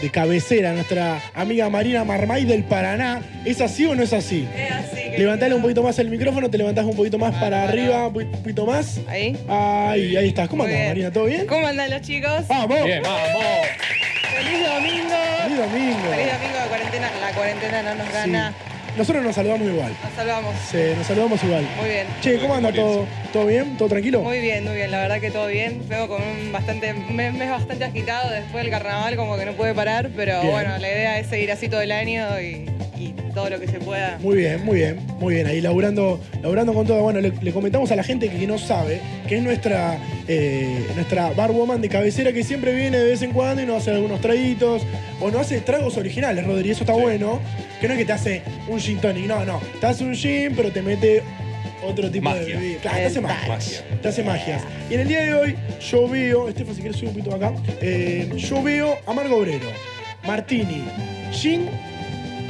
B: de cabecera, nuestra amiga Marina Marmay del Paraná. ¿Es así o no es así? Es así. Levantale un poquito más el micrófono, te levantás un poquito más para arriba, un po- poquito más.
L: Ahí.
B: Ahí, ahí estás. ¿Cómo
L: Muy
B: andás,
L: bien.
B: Marina? ¿Todo bien?
L: ¿Cómo andan los chicos?
B: ¡Vamos!
L: ¡Feliz domingo!
B: ¡Feliz domingo!
L: ¡Feliz domingo de cuarentena! La cuarentena no nos gana.
B: Sí. Nosotros nos saludamos igual.
L: Nos salvamos.
B: Sí, nos saludamos igual.
L: Muy bien.
B: Che, ¿cómo anda todo? ¿Todo bien? ¿Todo tranquilo?
L: Muy bien, muy bien. La verdad que todo bien. Vengo con un bastante me- mes bastante agitado después del carnaval, como que no pude parar, pero
B: Bien.
L: bueno, la idea es seguir así todo el año y, y todo lo que se pueda.
B: Muy bien, muy bien, muy bien. Ahí laburando, laburando con todo. Bueno, le, le comentamos a la gente que no sabe, que es nuestra, eh, nuestra barwoman de cabecera que siempre viene de vez en cuando y nos hace algunos traguitos o nos hace tragos originales, Rodri. Eso está bueno. Que no es que te hace un gin tonic, no, no. Te hace un gin, pero te mete otro tipo de
G: Magia.
B: bebida. Claro, te hace magia.
G: Magia.
B: Te hace magias. Y en el día de hoy yo veo, Estefa, si quieres subir un poquito acá, eh, yo veo Amargo Obrero, Martini, Gin,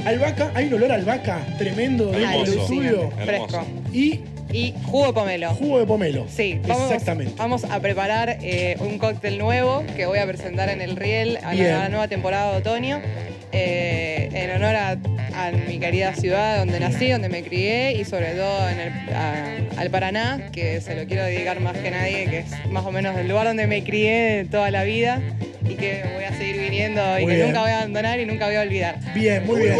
B: Albahaca, hay un olor a albahaca tremendo dentro del
L: Hermoso.
B: estudio.
L: Fresco.
B: Y,
L: y jugo de pomelo.
B: Jugo de pomelo.
L: Sí, vamos,
B: Exactamente.
L: vamos a preparar eh, un cóctel nuevo que voy a presentar en el Riel a
B: Bien.
L: la, a la nueva temporada de otoño. eh, en honor a, a mi querida ciudad donde nací, donde me crié y sobre todo en el- a- al Paraná, que se lo quiero dedicar más que nadie, que es más o menos el lugar donde me crié toda la vida y que voy a seguir viniendo y
B: Muy
L: que
B: bien.
L: nunca voy a abandonar y nunca voy a olvidar.
B: Bien, muy bien.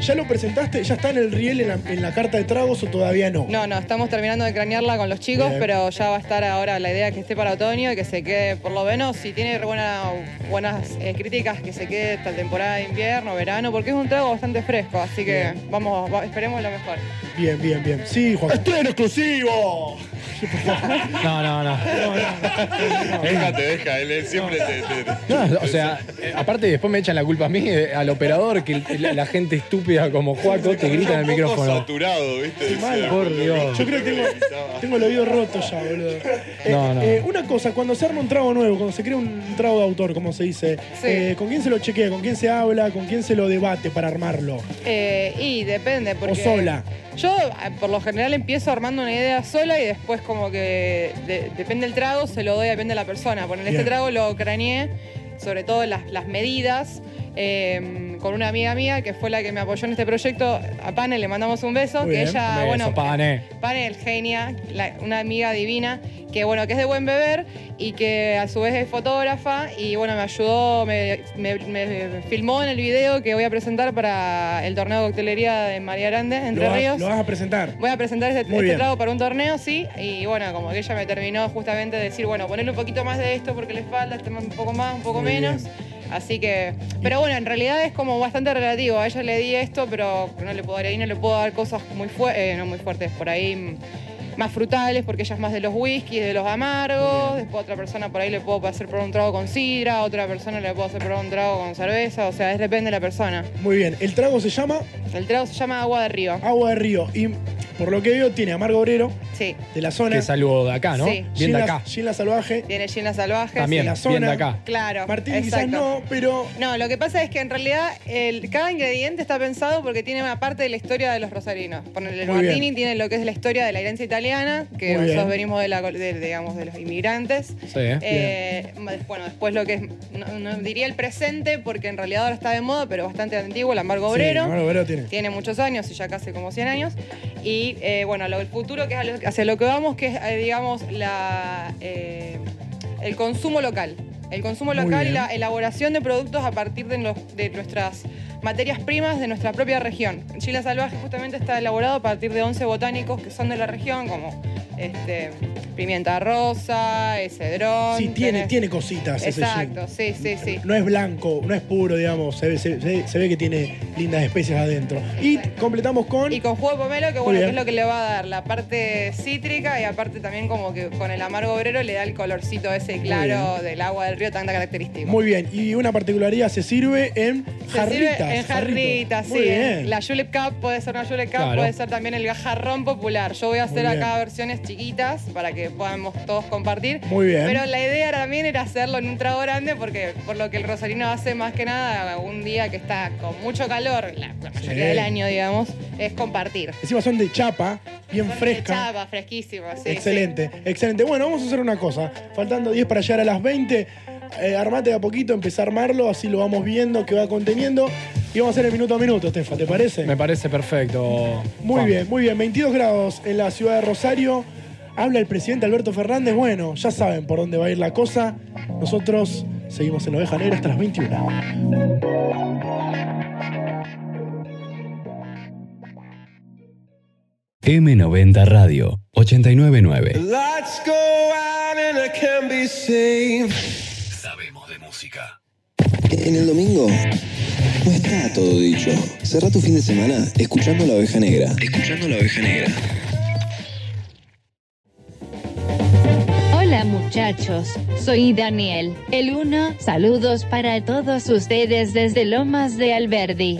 B: ¿Ya lo presentaste? ¿Ya está en el riel en la, en la carta de tragos o todavía no?
L: No, no, estamos terminando de cranearla con los chicos,
B: Bien.
L: pero ya va a estar ahora la idea que esté para otoño y que se quede, por lo menos, si tiene buena- buenas eh, críticas, que se quede esta temporada de invierno, verano, porque es un trago bastante fresco, así que vamos, va- esperemos lo mejor.
B: Bien, bien, bien. Sí, Juan. ¡Estreno exclusivo!
C: No, no, no.
G: Deja, te deja, él, él siempre te, te- te-
C: No, o sea, eh, aparte después me echan la culpa a mí, eh, al operador, que la, la gente estúpida como Juaco te grita en el
G: Un poco
C: micrófono.
G: saturado, ¿viste?
B: mal,
C: por Dios.
B: Yo creo que tengo, tengo el oído roto ya, boludo. Eh,
C: No, no.
B: eh, una cosa, cuando se arma un trago nuevo, cuando se crea un trago de autor, como se dice, eh, ¿con quién se lo chequea? ¿Con quién se habla? ¿Con quién se lo debate para armarlo?
L: Eh, y depende, porque...
B: ¿O sola?
L: Yo eh, por lo general empiezo armando una idea sola y después como que de- depende del trago, se lo doy, depende de la persona. Por este
B: Bien.
L: trago lo craneé, sobre todo las, las medidas, eh, con una amiga mía que fue la que me apoyó en este proyecto, a Pane, le mandamos un beso,
C: Muy
L: que
C: bien.
L: ella,
C: Un beso,
L: bueno,
C: Pane.
L: Pane, el genia, la- una amiga divina, que bueno, que es de buen beber y que a su vez es fotógrafa y bueno, me ayudó, me, me- me filmó en el video que voy a presentar para el torneo de coctelería de María Grande, Entre
B: lo, vas-
L: Ríos.
B: lo vas a presentar.
L: Voy a presentar este,
B: Muy
L: este
B: bien.
L: trago para un torneo, sí. Y bueno, como que ella me terminó justamente de decir, bueno, ponerle un poquito más de esto porque le falta, este un poco más, un poco
B: Muy
L: menos. Así que, pero bueno, en realidad es como bastante relativo. A ella le di esto, pero no le podría, no le puedo dar cosas muy fuertes, no muy fuertes, por ahí mm, más frutales, porque ella es más de los whiskies, de los amargos. Después otra persona por ahí le puedo hacer probar un trago con sidra, otra persona le puedo hacer probar un trago con cerveza. O sea, es depende de la persona.
B: Muy Ah. bien, el trago se llama
L: El trago se llama agua de río.
B: Agua de Río y por lo que veo tiene amargo obrero
L: Sí.
B: de la zona.
C: Que saludo de acá, ¿no?
L: Sí.
C: Bien
B: Gin
C: de
B: la-
C: acá.
B: Gin la salvaje.
L: Tiene Gina Salvaje.
C: También,
L: sí.
C: La zona. bien de acá.
L: Claro.
B: Martín quizás no, pero.
L: No, lo que pasa es que en realidad el- cada ingrediente está pensado porque tiene una parte de la historia de los rosarinos. Ponele, el
B: Muy bien.
L: martini tiene lo que es la historia de la herencia italiana, que
B: Muy bien.
L: nosotros venimos de, la, col- de- digamos, de los inmigrantes.
C: Sí, eh.
L: Eh, ma- bueno, después lo que es, no, no diría el presente, porque en realidad ahora está de moda, pero bastante antiguo, el amargo obrero.
B: Sí, amargo obrero tiene.
L: Tiene muchos años, y ya casi como 100 años. Y eh, bueno, lo, el futuro que es a lo- hacia lo que vamos, que es, eh, digamos, la, eh, el consumo local. El consumo
B: Muy
L: local y
B: bien.
L: la elaboración de productos a partir de, nos- de nuestras materias primas de nuestra propia región. Chile Salvaje justamente está elaborado a partir de 11 botánicos que son de la región, como este, pimienta rosa, eh, cedrón.
B: Sí, tiene,
L: tenés-
B: tiene cositas ese
L: Exacto, sí, sí, sí.
B: gin. No es blanco, no es puro, digamos. Se ve, se- se- se ve que tiene lindas especies adentro. Y completamos con.
L: Y con jugo de pomelo, que
B: Muy
L: bueno, que
B: bien.
L: es lo que le va a dar la parte cítrica y aparte también como que con el amargo obrero le da el colorcito ese claro
B: bien.
L: del agua del río tan característico.
B: Muy bien. Y una particularidad se sirve en
L: Se sirve
B: jarritas.
L: en
B: jarritos.
L: jarritas,
B: Muy
L: sí.
B: bien.
L: La julep cup puede ser una julep cup,
B: Claro.
L: puede ser también el gajarrón popular. Yo voy a
B: Muy
L: hacer
B: bien.
L: acá versiones chiquitas para que podamos todos compartir.
B: Muy bien.
L: Pero la idea también era hacerlo en un trago grande porque por lo que el rosarino hace más que nada un día que está con mucho calor, la, la mayoría
B: Sí.
L: del año, digamos, es compartir.
B: Encima son de chapa, bien fresca.
L: Chapa, fresquísima, sí.
B: excelente, excelente. Bueno, vamos a hacer una cosa. Faltando 10 para llegar a las 20. eh, armate de a poquito, empezá a armarlo, así lo vamos viendo, que va conteniendo. Y vamos a hacer el minuto a minuto, Estefa, ¿te parece?
C: Me parece perfecto.
B: Muy
C: Juan.
B: bien, muy bien. 22 grados en la ciudad de Rosario. Habla el presidente Alberto Fernández. Bueno, ya saben por dónde va a ir la cosa. Nosotros seguimos en Oveja Negra hasta las 21.
J: M90 Radio 899.
I: Let's go out and I can be safe.
J: Sabemos de música.
M: En el domingo no está todo dicho. Cerra tu fin de semana escuchando la oveja negra. Escuchando la oveja negra.
N: Hola muchachos, soy Daniel, el uno. Saludos para todos ustedes desde Lomas de Alberdi.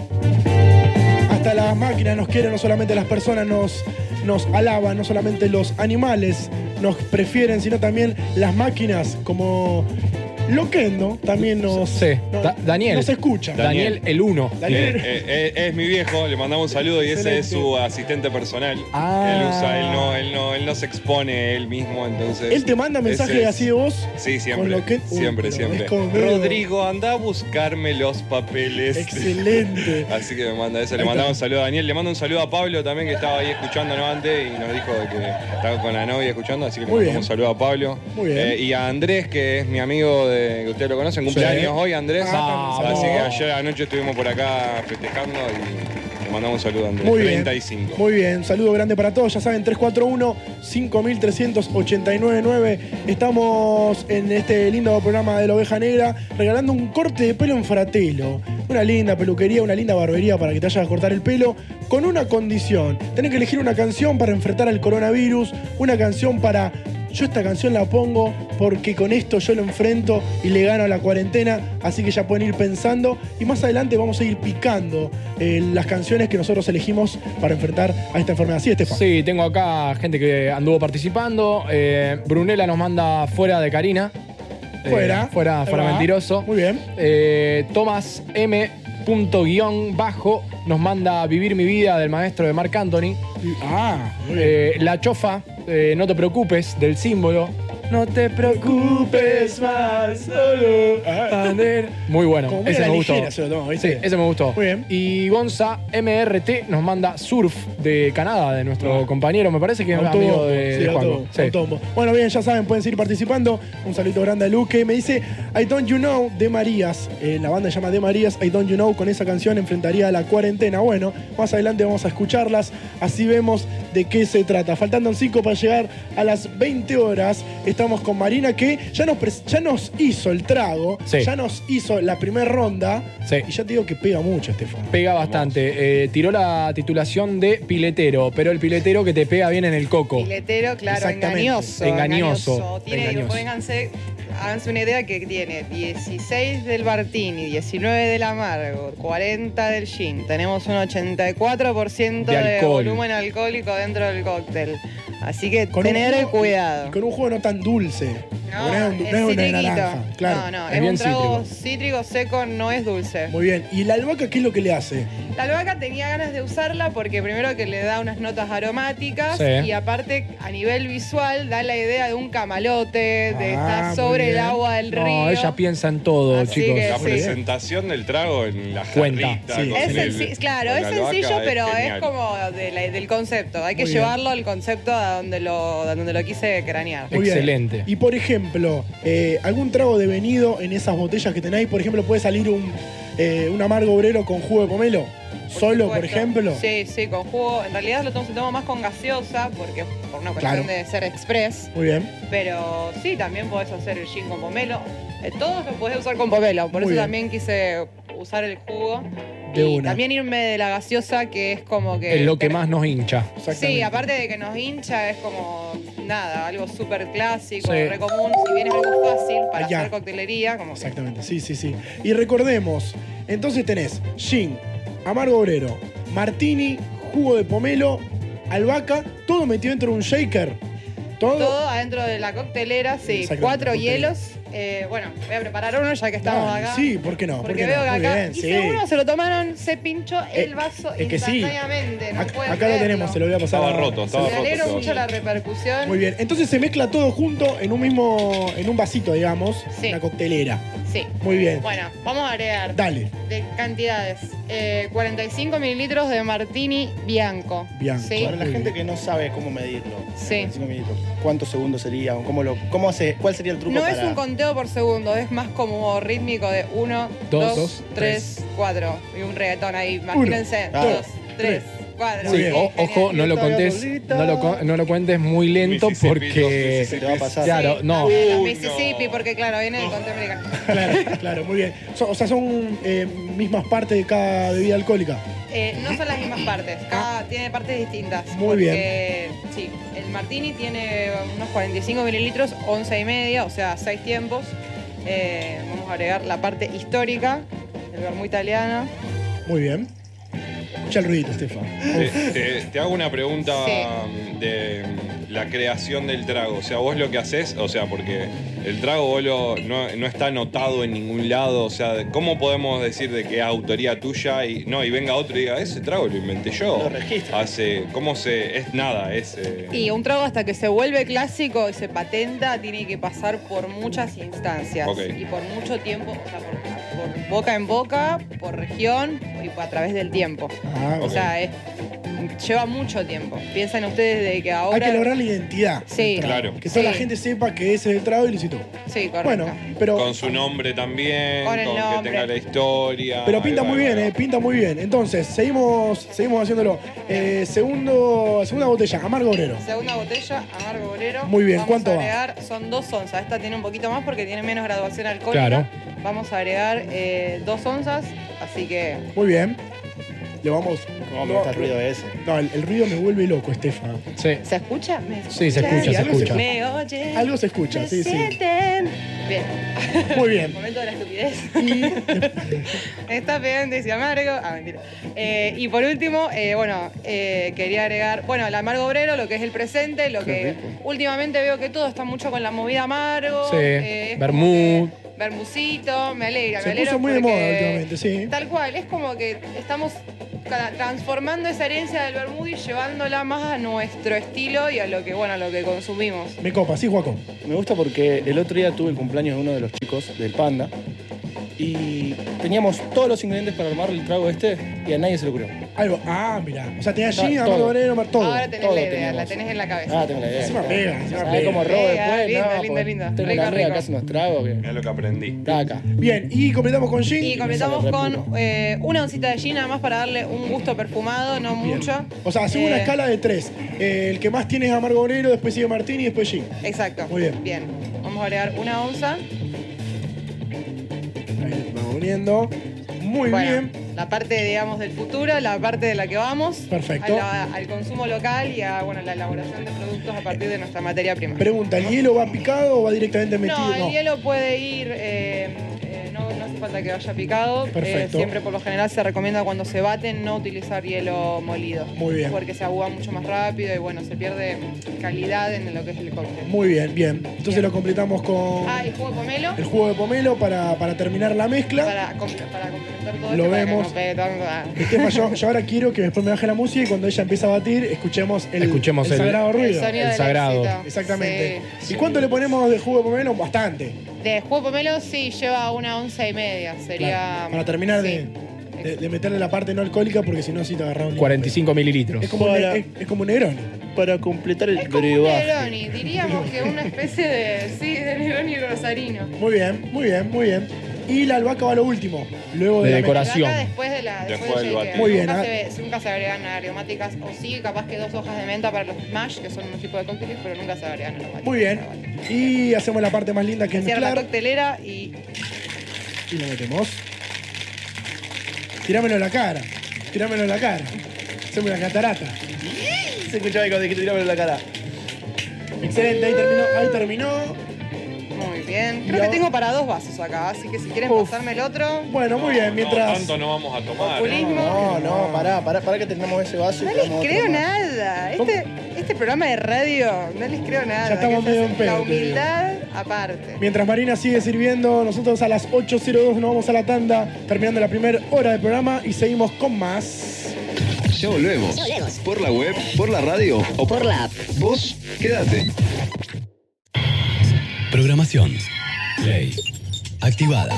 B: Hasta las máquinas nos quieren, no solamente las personas nos, nos alaban, no solamente los animales nos prefieren, sino también las máquinas como Loquendo también nos... no-
C: Da- Daniel.
B: No se escucha.
C: Daniel, el 1.
G: Eh, eh, eh, es mi viejo, le mandamos un saludo y ese es su asistente personal.
B: Ah.
G: Él usa, él no, él no, él no se expone él mismo, entonces.
B: Él te manda
G: ese
B: mensajes
G: es-
B: así de vos.
G: Sí, siempre.
B: con lo que- Uy,
G: siempre,
B: pero
G: siempre.
B: es como medio-
G: Rodrigo, anda a buscarme los papeles.
B: Excelente.
G: Así que me manda eso.
B: Ahí
G: Le mandamos
B: está.
G: un saludo a Daniel. Le mando un saludo a Pablo también, que estaba ahí escuchándonos antes y nos dijo de que estaba con la novia escuchando. Así que le
B: Muy
G: mandamos un saludo a Pablo.
B: Muy bien.
G: Eh, y a Andrés, que es mi amigo de, que ustedes lo conocen. Cumpleaños hoy, Andrés.
B: Ah,
G: así que
B: también.
G: ayer anoche estuvimos por acá festejando y le mandamos un saludo a Andrés.
B: Muy bien.
G: 35.
B: Muy bien, saludo grande para todos. Ya saben, 341-5389-9. Estamos en este lindo programa de la Oveja Negra regalando un corte de pelo en fratelo. Una linda peluquería, una linda barbería para que te vayas a cortar el pelo. Con una condición: tenés que elegir una canción para enfrentar al coronavirus, una canción para. Yo esta canción la pongo porque con esto yo lo enfrento y le gano a la cuarentena, así que ya pueden ir pensando y más adelante vamos a ir picando eh, las canciones que nosotros elegimos para enfrentar a esta enfermedad. Sí, Estefan.
C: Sí, tengo acá gente que anduvo participando. Eh, Brunella nos manda fuera de Karina. Eh,
B: Fuera.
C: fuera,
B: Ahí
C: fuera
B: va.
C: mentiroso.
B: Muy bien.
C: Tomás M. Punto guión bajo nos manda Vivir mi vida del maestro de Marc Anthony.
B: Ah,
C: La chofa, eh, no te preocupes, del símbolo. No te preocupes más, solo. Ah. Muy bueno,
B: Como muy a
C: ese
B: la
C: me gustó.
B: ligera se lo tomó,
C: sí,
B: ¿viste?
C: ese me gustó.
B: Muy bien.
C: Y Gonza MRT nos manda Surf de Canadá, de nuestro compañero, me parece que es
B: Autobombo,
C: amigo de,
B: sí,
C: de Juanjo.
B: autobombo,
C: Sí.
B: autobombo. Bueno, bien, ya saben, pueden seguir participando. Un saludo grande a Luke. Me dice I Don't You Know de Marías. Eh, la banda se llama de Marías. I Don't You Know con esa canción enfrentaría a la cuarentena. Bueno, más adelante vamos a escucharlas. Así vemos de qué se trata. Faltando 5 para llegar a las 20 horas. Estamos con Marina que ya nos, pres- ya nos hizo el trago.
C: Sí.
B: Ya nos hizo la primera ronda. Y ya te digo que pega mucho, este Estefan.
C: Pega bastante. Eh, tiró la titulación de piletero, pero el piletero que te pega bien en el coco.
L: Filetero, claro,
C: Exactamente.
L: engañoso.
C: Engañoso,
L: Tiene,
C: engañoso.
L: pónganse- háganse una idea que tiene 16 del Bartini, 19 del Amargo, 40 del Gin. Tenemos un 84%
B: De
L: de,
B: alcohol.
L: volumen alcohólico dentro del cóctel. Así que tener
B: un jugo-
L: cuidado.
B: Con un juego no tan dulce.
L: No,
B: Porque no es un-
L: es
B: no es una
L: citriquito.
B: naranja. Claro.
L: No, no, es, un trago cítrico. seco, no es dulce.
B: Muy bien. ¿Y la albahaca qué es lo que le hace?
L: La albahaca tenía ganas de usarla porque primero que le da unas notas aromáticas
B: Sí.
L: y aparte a nivel visual da la idea de un camalote, de
C: Ah,
L: estar
C: muy
L: sobre el
C: bien.
L: agua del
C: no,
L: río.
C: ella piensa en todo, chicos.
L: que
G: La presentación del trago en la
C: Cuenta,
G: jarrita.
C: sí.
G: con
L: Es
G: el-
L: senci- claro,
G: con
L: es
G: la albahaca
L: sencillo, pero es,
G: genial.
L: como de la- del concepto. Hay que
B: Muy bien.
L: llevarlo al concepto a donde lo, a donde lo quise cranear.
B: Muy bien. Y por ejemplo, eh, algún trago devenido en esas botellas que tenéis, por ejemplo, puede salir un eh, un amargo obrero con jugo de pomelo? Solo, por
L: supuesto.
B: ejemplo.
L: Sí, sí, con jugo. En realidad lo tomo, se toma más con gaseosa, porque por una cuestión
B: Claro.
L: de ser express.
B: Muy bien.
L: Pero sí, también podés hacer el gin con pomelo. Eh, todos los podés usar con pomelo, por
B: Muy
L: eso
B: bien.
L: también quise usar el jugo.
C: De
L: y
C: una.
L: también irme de la gaseosa, que es como que.
C: Es lo que más nos hincha.
L: Sí, aparte de que nos hincha, es como nada, algo súper clásico,
B: Sí.
L: re común. Si bien es algo fácil para
B: Allá.
L: hacer coctelería, como que-
B: Exactamente, sí, sí, sí. Y recordemos, entonces tenés gin, amargo obrero, martini, jugo de pomelo, albahaca, todo metido dentro de un shaker. Todo.
L: Todo adentro de la coctelera, sí.
B: Oh. Exactamente,
L: Cuatro
B: coctelera.
L: hielos. Eh, bueno, voy a preparar uno ya que estamos
B: Dale,
L: acá.
B: Sí, ¿por qué no? ¿Por
L: Porque
B: qué
L: veo
B: no?
L: que
B: Muy
L: acá.
B: bien,
L: y
B: sí. Eh,
L: seguro se lo tomaron, se pinchó el vaso
B: es que sí.
L: instantáneamente. No
B: Ac-
L: puede
B: acá lo tenemos, se lo voy a pasar.
G: Estaba
B: a-
G: roto, estaba
L: Me alegro mucho la repercusión.
B: Muy bien, entonces se mezcla todo junto en un mismo, en un vasito, digamos,
L: Sí.
B: una coctelera.
L: Sí.
B: Muy bien.
L: Bueno, vamos a agregar
B: Dale.
L: de cantidades. Eh, 45 mililitros de martini bianco. Sí.
H: Para la gente que no sabe cómo medirlo.
L: Sí.
H: Cinco minutos. ¿Cuántos segundos sería? ¿O ¿Cómo lo, cómo hace, ¿Cuál sería el truco
L: No
H: para...?
L: es un conteo por segundo, es más como rítmico de 1,
H: Dos,
L: 2,
H: dos,
L: 3, 4. Y un reggaetón ahí, imagínense.
C: claro,
L: 2, 3, 4.
C: Sí, o- ojo, no lo contés, no lo, co- no lo cuentes muy lento porque
H: Te va a pasar.
C: Claro,
L: Ah,
C: no.
L: Mississippi, porque claro, viene del conteo americano.
B: Claro, claro, muy bien. So- o sea, son eh, mismas partes de cada bebida alcohólica.
L: Eh, no son las mismas partes, cada tiene partes distintas.
B: Ah. Muy bien.
L: porque, Sí, el martini tiene unos 45 mililitros, 11 y media, o sea, 6 tiempos. Eh, vamos a agregar la parte histórica, el vermú italiano.
B: Muy bien. Escucha el ruidito, Estefan.
G: Te, te- te hago una pregunta
L: Sí.
G: mm, de mm, la creación del trago. O sea, vos lo que haces, o sea, porque el trago vos lo- no, no está anotado en ningún lado. O sea, de- ¿cómo podemos decir de que es autoría tuya y no y venga otro y diga, ese trago lo inventé yo?
H: Lo registra.
G: Hace, ¿Cómo se.? Es nada, es. eh,
L: Y un trago hasta que se vuelve clásico y se patenta tiene que pasar por muchas instancias
G: Ok.
L: y por mucho tiempo, o sea, por, por boca en boca, por región y a través del tiempo.
B: Ah,
L: O sea, es- lleva mucho tiempo. Piensan ustedes de que ahora...
B: Hay que lograr la identidad. del
L: Sí.
B: trago.
G: Claro.
B: Que toda la
L: Sí.
B: gente sepa que ese es el trago y lo citó.
L: Sí, correcto.
B: Bueno, pero,
G: con su nombre también,
L: Con
G: con,
L: el
G: que
L: nombre.
G: tenga la historia.
B: pero pinta
G: Ahí va,
B: muy
G: ahí va,
B: bien,
G: ahí
B: eh, pinta muy bien. Entonces, seguimos, seguimos haciéndolo. Eh, segundo, segunda botella, amargo obrero.
L: Segunda botella, amargo bolero.
B: Muy bien,
L: Vamos
B: ¿cuánto
L: a
B: va?
L: agregar, Son dos onzas. Esta tiene un poquito más porque tiene menos graduación alcohólica.
B: Claro.
L: Vamos a agregar eh, dos onzas, así que
B: Muy bien. Le vamos.
H: ¿Cómo me gusta el ruido ese?
B: No, el, el ruido me vuelve loco, Estefan.
C: Sí.
L: ¿Se escucha? ¿Me
B: Sí, se escucha, se
L: ¿Algo
B: escucha.
L: ¿Me oyen?
B: Algo se escucha, sí, sí.
L: sienten? Bien.
B: Muy bien.
L: Momento de la estupidez. Está pedante y amargo. Ah, mentira. Eh, y por último, eh, bueno, eh, quería agregar, bueno, el amargo obrero, lo que es el presente, lo que últimamente veo que todo está mucho con la movida amargo.
C: Sí.
L: eh, es como
C: Bermud.
L: que- Bermucito, me alegra, me
B: Se
L: alegra
B: puso muy de moda
L: porque-
B: últimamente, sí.
L: Tal cual, es como que estamos ca- transformando esa herencia del Bermud y llevándola más a nuestro estilo y a lo que, bueno, a lo que consumimos.
B: Me copa, sí, Juaco.
H: Me gusta porque el otro día tuve el cumpleaños de uno de los chicos del Panda y teníamos todos los ingredientes para armar el trago este y a nadie se le ocurrió.
B: Algo. Ah, mira. O sea, tenía
H: Está
B: gin,
H: todo.
B: amargo obrero, mar- todo.
L: Ahora tenés
H: todo
L: la idea,
H: tenemos.
L: la tenés en la cabeza.
H: Ah, tengo la idea.
B: Encima pega, encima
H: ¿Sabés
B: pega.
H: cómo robo
L: Eh,
H: después?
L: lindo, lindo,
H: no, porque
L: lindo.
H: Tengo
L: Rico,
H: una amiga
L: rico.
H: que hace unos tragos que
G: Mirá lo que aprendí.
H: está acá.
B: Bien, y completamos con gin.
L: Y completamos con eh, una oncita de gin, nada más para darle un gusto perfumado, no mucho.
B: O sea, hacemos una
L: Eh,
B: escala de tres. Eh, el que más tiene es amargo obrero, después sigue Martín y después gin.
L: Exacto.
B: Muy bien.
L: Vamos a agregar una onza.
B: Ahí lo vamos uniendo. Muy
L: Bueno,
B: bien.
L: la parte, digamos, del futuro, la parte de la que vamos.
B: Perfecto.
L: a la- al consumo local y a bueno, la elaboración de productos a partir de nuestra materia prima.
B: Pregunta, ¿el hielo va picado o va directamente metido?
L: No, el hielo puede ir, eh, eh, no, no hace falta que vaya picado. Eh,
B: Perfecto.
L: siempre por lo general se recomienda cuando se baten no utilizar hielo molido.
B: Muy bien.
L: Porque se aguda mucho más rápido y bueno, se pierde calidad en lo que es el cóctel.
B: Muy bien, bien. Entonces lo completamos con
L: Ah, el jugo de pomelo.
B: el jugo de pomelo para, para terminar la mezcla.
L: Para, com- para complementar todo
B: Lo
L: esto, para que
B: vemos.
L: no pegue tanto, ah.
B: Estefa, yo, yo ahora quiero que después me baje la música y cuando ella empieza a batir, escuchemos el,
C: Escuchemos el-
B: sagrado ruido.
L: El sonido El del sagrado. éxito.
B: Exactamente. ¿Y cuánto le ponemos de jugo de pomelo? Bastante.
L: De jugo de pomelo sí lleva una once y media. Sería.
B: Para terminar de, de- de meterle la parte no alcohólica porque si no, sí te agarraba un lío.
C: 45 mililitros.
B: Es como, un, es, es como un Negroni.
H: Para completar el
L: Negroni, diríamos que una especie de. Sí, de Negroni rosarino.
B: Muy bien, muy bien, muy bien. Y la albahaca va a lo último, luego de, la
C: De
B: mezcla.
C: decoración.
L: Acá después de la.
C: Después
L: del
C: del
L: shake,
C: batido. Muy bien,
B: ¿eh?
L: Nunca
C: ah.
L: se, ve- nunca se agregan aromáticas. O sí, capaz que dos hojas de menta para los mash, que son un tipo de cócteles, pero nunca se agregan aromáticas.
B: Muy bien. Y hacemos la parte más linda que es
L: Cierra la
B: mezclar.
L: coctelera y.
B: Y lo metemos. Tirámelo en la cara. Tirámelo en la cara. Hacemos una catarata.
H: Se escuchaba ahí cuando dijiste tirámelo en la cara.
B: Excelente, ahí terminó. Ahí terminó.
L: Muy bien. Creo que tengo para dos vasos acá, así que si quieren pasarme el otro.
B: Bueno, muy bien,
G: No, tanto no vamos a tomar.
L: Populismo.
H: No, no, pará, pará, pará que tenemos ese vaso.
L: No
H: y
L: les
H: tenemos otro
L: creo
H: más.
L: nada. Este, este programa de radio, no les creo nada.
B: Ya estamos
L: Que se
B: medio
L: hace
B: en pedo,
L: La
B: te digo.
L: humildad aparte.
B: Mientras Marina sigue sirviendo, nosotros a las 8.02 nos vamos a la tanda, terminando la primera hora del programa y seguimos con más.
A: Ya volvemos.
B: Ya
A: Por la web, por la radio o por la app. Vos, quédate.
J: Programación. Play. Activada.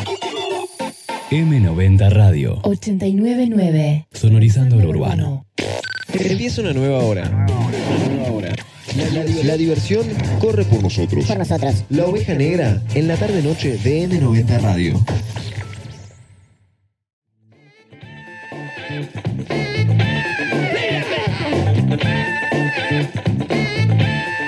J: M90 Radio.
O: 899.
J: Sonorizando lo urbano.
A: Empieza una nueva hora. Una nueva hora.
D: La, la diversión corre por nosotros. Por nosotros. La oveja negra en la tarde-noche de M90 Radio.
E: Mírame.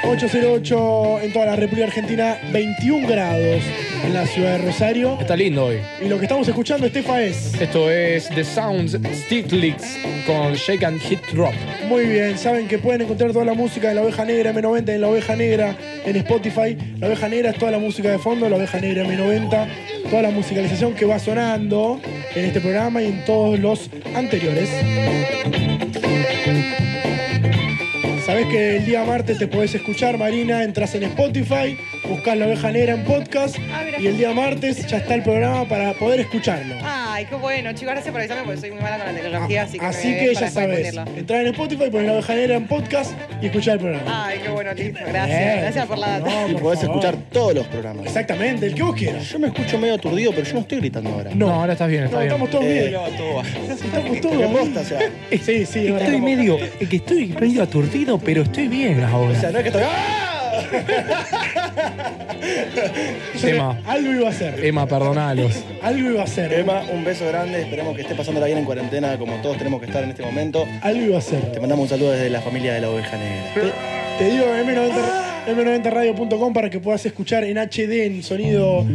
B: 8.08 en toda la República Argentina, 21 grados en la ciudad de Rosario.
C: Está lindo hoy.
B: Y lo que estamos escuchando, Estefa, es...
C: Esto es The Sounds Sticklix con Shake and Hit Drop.
B: Muy bien, saben que pueden encontrar toda la música de la oveja negra M90 en la oveja negra en Spotify. La oveja negra es toda la música de fondo, la oveja negra M90, toda la musicalización que va sonando en este programa y en todos los anteriores. Sabés que el día martes te podés escuchar, Marina, entras en Spotify, buscas la oveja negra en podcast y el día martes ya está el programa para poder escucharlo.
L: Ay, qué bueno, chicos, gracias por avisarme porque soy muy mala con la tecnología, así que.
B: Ah, Así
L: me-
B: que
L: para
B: ya
L: después
B: sabes,
L: ponerlo.
B: entrar en Spotify, poner la oveja negra en podcast y escuchar el programa.
L: Ay, qué bueno, listo.
B: Bien.
L: Gracias, gracias por la data.
H: Y podés escuchar todos los programas.
B: Exactamente, el que vos quieras.
H: Yo me escucho medio aturdido, pero yo no estoy gritando ahora.
C: No, ahora estás bien, Eh,
H: No,
C: estás
H: estamos todos bien.
B: Estamos
H: todos bien. o sea.
B: Sí, sí,
C: eh, Estoy medio, eh, que estoy medio aturdido, pero estoy bien ahora.
H: O sea, no es que estoy. ¡Ah!
C: Emma,
L: Ah.
B: Algo iba a ser.
C: Emma, perdonalos.
B: Algo iba a ser. ¿eh?
H: Emma, un beso grande. Esperemos que esté pasándola bien en cuarentena, como todos tenemos que estar en este momento.
B: Algo iba a ser.
H: Te mandamos un saludo desde la familia de la oveja negra.
B: Te digo M90,
L: Ah.
B: m90radio.com para que puedas escuchar en HD en sonido,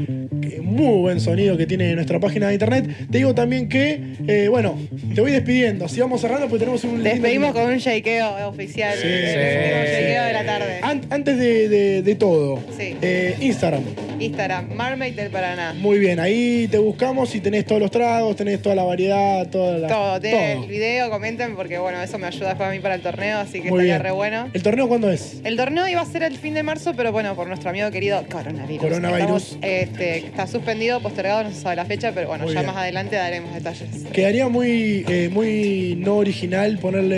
B: que- muy buen sonido que tiene nuestra página de internet. Te digo también que, eh, bueno, te voy despidiendo. Así vamos cerrando porque tenemos un.
L: Despedimos con un shakeo oficial.
B: Sí.
L: El último shakeo de la tarde.
B: An- antes de, de- de todo,
L: Sí.
B: eh, Instagram.
L: Instagram, Marmaid del Paraná.
B: Muy bien, ahí te buscamos y tenés todos los tragos, tenés toda la variedad, toda la.
L: Todo, tienen el video, comenten porque bueno, eso me ayuda después a mí para el torneo, así que
B: Muy
L: estaría
B: bien.
L: re bueno.
B: ¿El torneo cuándo es?
L: El torneo iba a ser el fin de marzo, pero bueno, por nuestro amigo querido coronavirus.
B: Coronavirus.
L: Estamos, este, está suspendido, postergado, no se sabe la fecha, pero bueno,
B: Muy
L: ya
B: bien.
L: más adelante daremos detalles.
B: Quedaría muy, eh, muy no original ponerle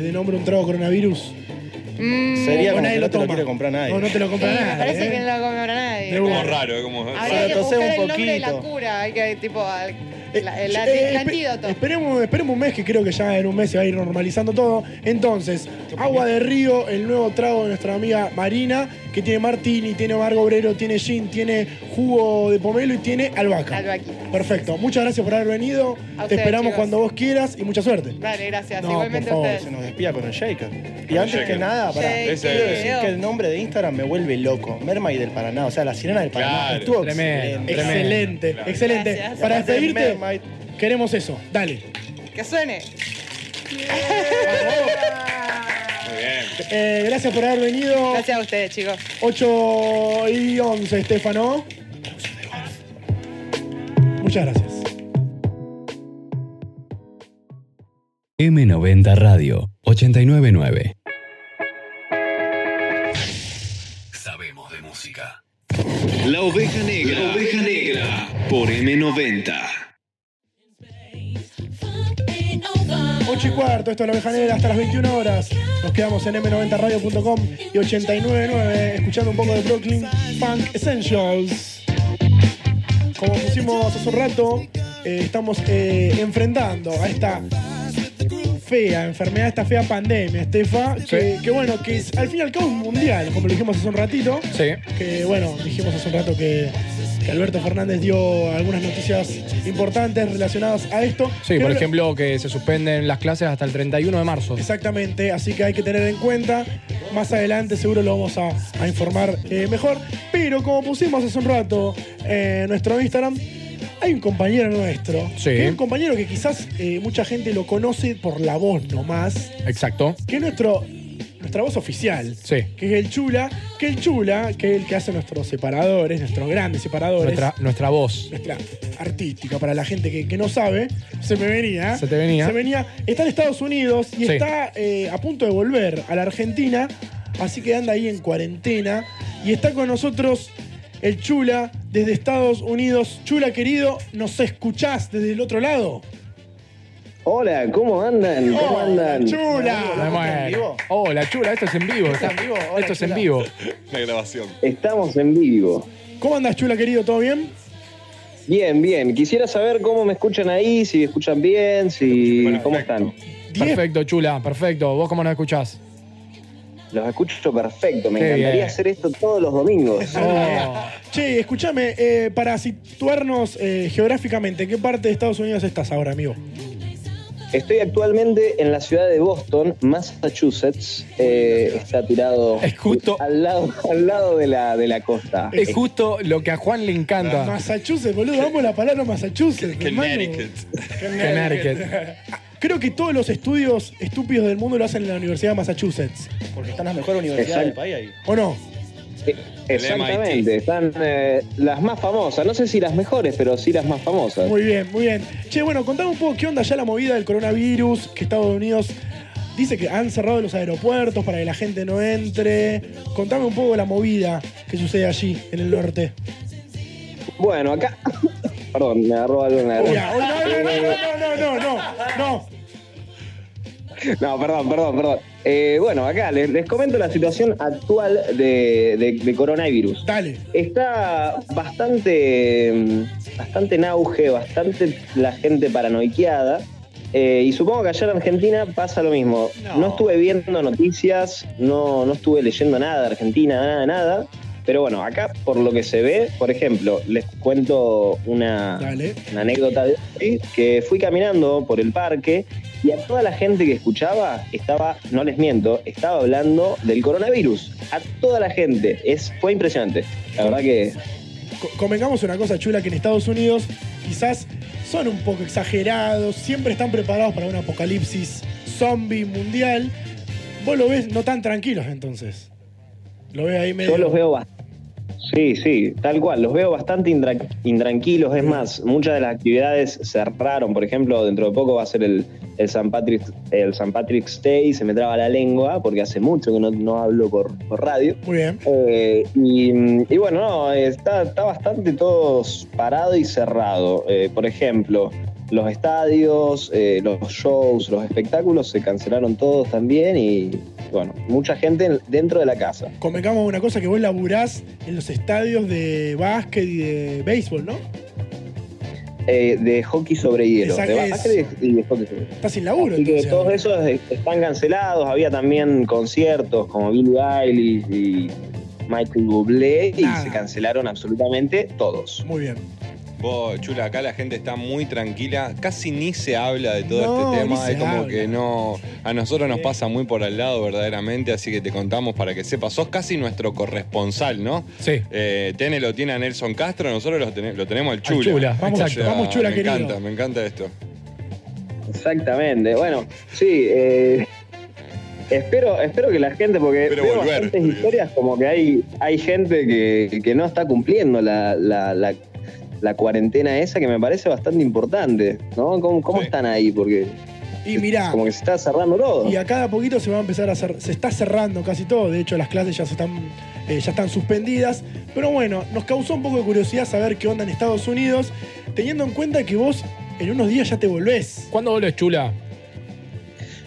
B: de nombre un trago coronavirus.
L: Mm,
H: Sería
B: No,
H: como
B: nadie
H: que
B: lo
H: no te lo
B: toma.
H: quiere comprar nadie.
B: No, no te lo compra
L: sí,
B: nadie.
L: me parece
B: ¿eh?
L: que no lo comerá nadie.
B: De una.
G: Como raro, es como.
L: Habría que
B: Pero tosé
L: buscar el
B: un
L: nombre de la
B: poquito.
L: cura, hay que tipo al- la- el,
B: Eh,
L: anti- el
B: espe-
L: antídoto.
B: Esperemos, esperemos un mes, que creo que ya en un mes se va a ir normalizando todo. Entonces, agua de río, el nuevo trago de nuestra amiga Marina, que tiene martini, tiene amargo obrero, tiene gin, tiene jugo de pomelo y tiene albahaca.
L: Albaquita.
B: Perfecto, muchas gracias por haber venido.
L: A
B: Te
L: ustedes,
B: esperamos
L: chicos.
B: cuando vos quieras y mucha suerte.
L: Dale, gracias.
B: No,
L: Igualmente
B: por favor,
L: ustedes.
H: Se nos despía con el shaker. Y
B: Con
H: antes
B: el shaker.
H: que nada, pará,
B: Shaker.
H: quiero decir que el nombre de Instagram me vuelve loco. Merma y del Paraná, o sea, la sirena del Paraná.
B: Claro,
H: Estuvo
B: tremendo,
H: excelente.
B: tremendo. Excelente, excelente.
H: Gracias.
B: Para
H: Aparte de
B: despedirte,
H: Mermaid.
B: queremos eso. Dale.
L: Que suene.
B: Eh, gracias por haber venido.
L: Gracias a ustedes, chicos.
B: 8 y 11, Estefano. Muchas gracias.
J: M90 Radio. 899.
A: Sabemos de música. La oveja negra. La oveja negra. Por M90.
B: 8 y cuarto, esto es La Oveja Negra, hasta las 21 horas. Nos quedamos en m90radio.com y 899, escuchando un poco de Brooklyn Funk Essentials. Como pusimos hace un rato, eh, estamos eh, enfrentando a esta fea enfermedad, esta fea pandemia, Estefa, que, que bueno, que es- al fin y al cabo es mundial, como lo dijimos hace un ratito.
C: Sí.
B: Que bueno, dijimos hace un rato que, que Alberto Fernández dio algunas noticias importantes relacionadas a esto.
C: Sí,
B: Que
C: por
B: no-
C: ejemplo, que se suspenden las clases hasta el 31 de marzo.
B: Exactamente, así que hay que tener en cuenta. Más adelante seguro lo vamos a, a informar eh, mejor. Pero como pusimos hace un rato eh, en nuestro Instagram, hay un compañero nuestro.
C: Sí.
B: que es un compañero que quizás eh, mucha gente lo conoce por la voz nomás.
C: Exacto.
B: Que es nuestro, nuestra voz oficial.
C: Sí.
B: Que es el Chula. Que el Chula, que es el que hace nuestros separadores, nuestros grandes separadores.
C: Nuestra, nuestra voz.
B: Nuestra artística, para la gente que, que no sabe, se me venía.
C: Se te venía.
B: Se venía. Está en Estados Unidos y
C: Sí.
B: está eh, a punto de volver a la Argentina, así que anda ahí en cuarentena. Y está con nosotros el Chula desde Estados Unidos. Chula, querido, ¿nos escuchás desde el otro lado?
O: Hola, ¿cómo andan? ¿Cómo andan?
C: Me muero. Hola, chula, esto es en vivo.
B: Esto es en vivo, hola,
C: Esto es en
B: chula. Eh,
C: vivo.
G: La grabación.
O: Estamos en vivo.
B: ¿Cómo andás, Chula, querido? ¿Todo bien?
O: Bien, bien. Quisiera saber cómo me escuchan ahí, si me escuchan bien, si cómo están.
C: Perfecto, chula, perfecto. ¿Vos cómo nos escuchás?
O: Los escucho perfecto. Me
C: Qué
O: encantaría
C: bien.
O: hacer esto todos los domingos.
C: Oh.
B: Che, escúchame, eh, para situarnos eh, geográficamente, ¿en qué parte de Estados Unidos estás ahora, amigo?
O: Estoy actualmente en la ciudad de Boston, Massachusetts. Eh, está tirado al lado, al lado de la, de la costa.
C: Es justo lo que a Juan le encanta.
B: Massachusetts, boludo, vamos la palabra Massachusetts. hermano.
C: Connecticut.
B: Creo que todos los estudios estúpidos del mundo lo hacen en la Universidad de Massachusetts.
H: Porque están las mejores universidades del país ahí.
B: ¿O no?
O: Exactamente. Están eh, las más famosas. No sé si las mejores, pero sí las más famosas.
B: Muy bien, muy bien. Che, bueno, contame un poco qué onda ya la movida del coronavirus, que Estados Unidos dice que han cerrado los aeropuertos para que la gente no entre. Contame un poco la movida que sucede allí, en el norte.
O: Bueno, acá. Perdón, me agarró algo en la
B: Hola, hola,
O: garganta.
B: no, no, no, no, no, no, no.
O: No, perdón, perdón, perdón. Eh, bueno, acá les, les comento la situación actual de, de- de coronavirus.
B: Dale.
O: Está bastante, mm, bastante en auge, bastante la gente paranoiqueada. Eh, y supongo que allá en Argentina pasa lo mismo. No, estuve viendo noticias, no, no estuve leyendo nada de Argentina, nada, nada. Pero bueno, acá por lo que se ve, por ejemplo, les cuento una,
B: Dale.
O: una anécdota de hoy, que fui caminando por el parque y a toda la gente que escuchaba estaba, no les miento, estaba hablando del coronavirus. A toda la gente. Es, fue impresionante. La verdad que
B: Co- Convengamos una cosa chula, que en Estados Unidos quizás son un poco exagerados, siempre están preparados para un apocalipsis zombie mundial. Vos lo ves no tan tranquilos entonces. Lo ves ahí medio...
O: yo los veo bastante. Sí, sí, tal cual. Los veo bastante indra- intranquilos. Es más, muchas de las actividades cerraron. Por ejemplo, dentro de poco va a ser el, el, San, Patrick, el San Patrick's Day. Se me traba la lengua porque hace mucho que no, no hablo por, por radio.
B: Muy bien.
O: Eh, y, y bueno, no, está, está bastante todo parado y cerrado. Eh, por ejemplo, los estadios, eh, los shows, los espectáculos se cancelaron todos también y bueno, mucha gente en- dentro de la casa.
B: Convengamos una cosa que vos laburás en los estadios de básquet y de béisbol, ¿no?
O: Eh, de hockey sobre hielo,
B: Exacto,
O: de básquet y de hockey sobre hielo.
B: Estás sin laburo.
O: Así que
B: entonces.
O: todos esos eh, están cancelados, había también conciertos como Billie Eilish y Michael Bublé y se cancelaron absolutamente todos.
B: Muy bien.
G: Vos, chula, acá la gente está muy tranquila, casi ni se habla de todo
B: No,
G: este
B: ni
G: tema,
B: se
G: es como
B: habla.
G: que no, a nosotros nos pasa muy por al lado verdaderamente, así que te contamos para que sepas, sos casi nuestro corresponsal, ¿no?
C: Sí.
G: Eh, Tene lo tiene a Nelson Castro, nosotros lo, tene- lo tenemos al Chula.
C: Chula, vamos, vamos, Chula,
G: me
C: querido.
G: encanta, me encanta esto.
O: Exactamente, bueno, sí, eh, espero, espero que la gente, porque veo
G: volver.
O: bastantes historias como que hay, hay gente que, que no está cumpliendo la, la- la- la cuarentena esa que me parece bastante importante, ¿no? ¿Cómo, cómo están ahí? Porque
B: Y mirá,
O: como que se está cerrando todo.
B: Y a cada poquito se va a empezar a hacer, se está cerrando casi todo. De hecho, las clases ya se están, eh, ya están suspendidas. Pero bueno, nos causó un poco de curiosidad saber qué onda en Estados Unidos, teniendo en cuenta que vos en unos días ya te volvés.
C: ¿Cuándo volvés, Chula?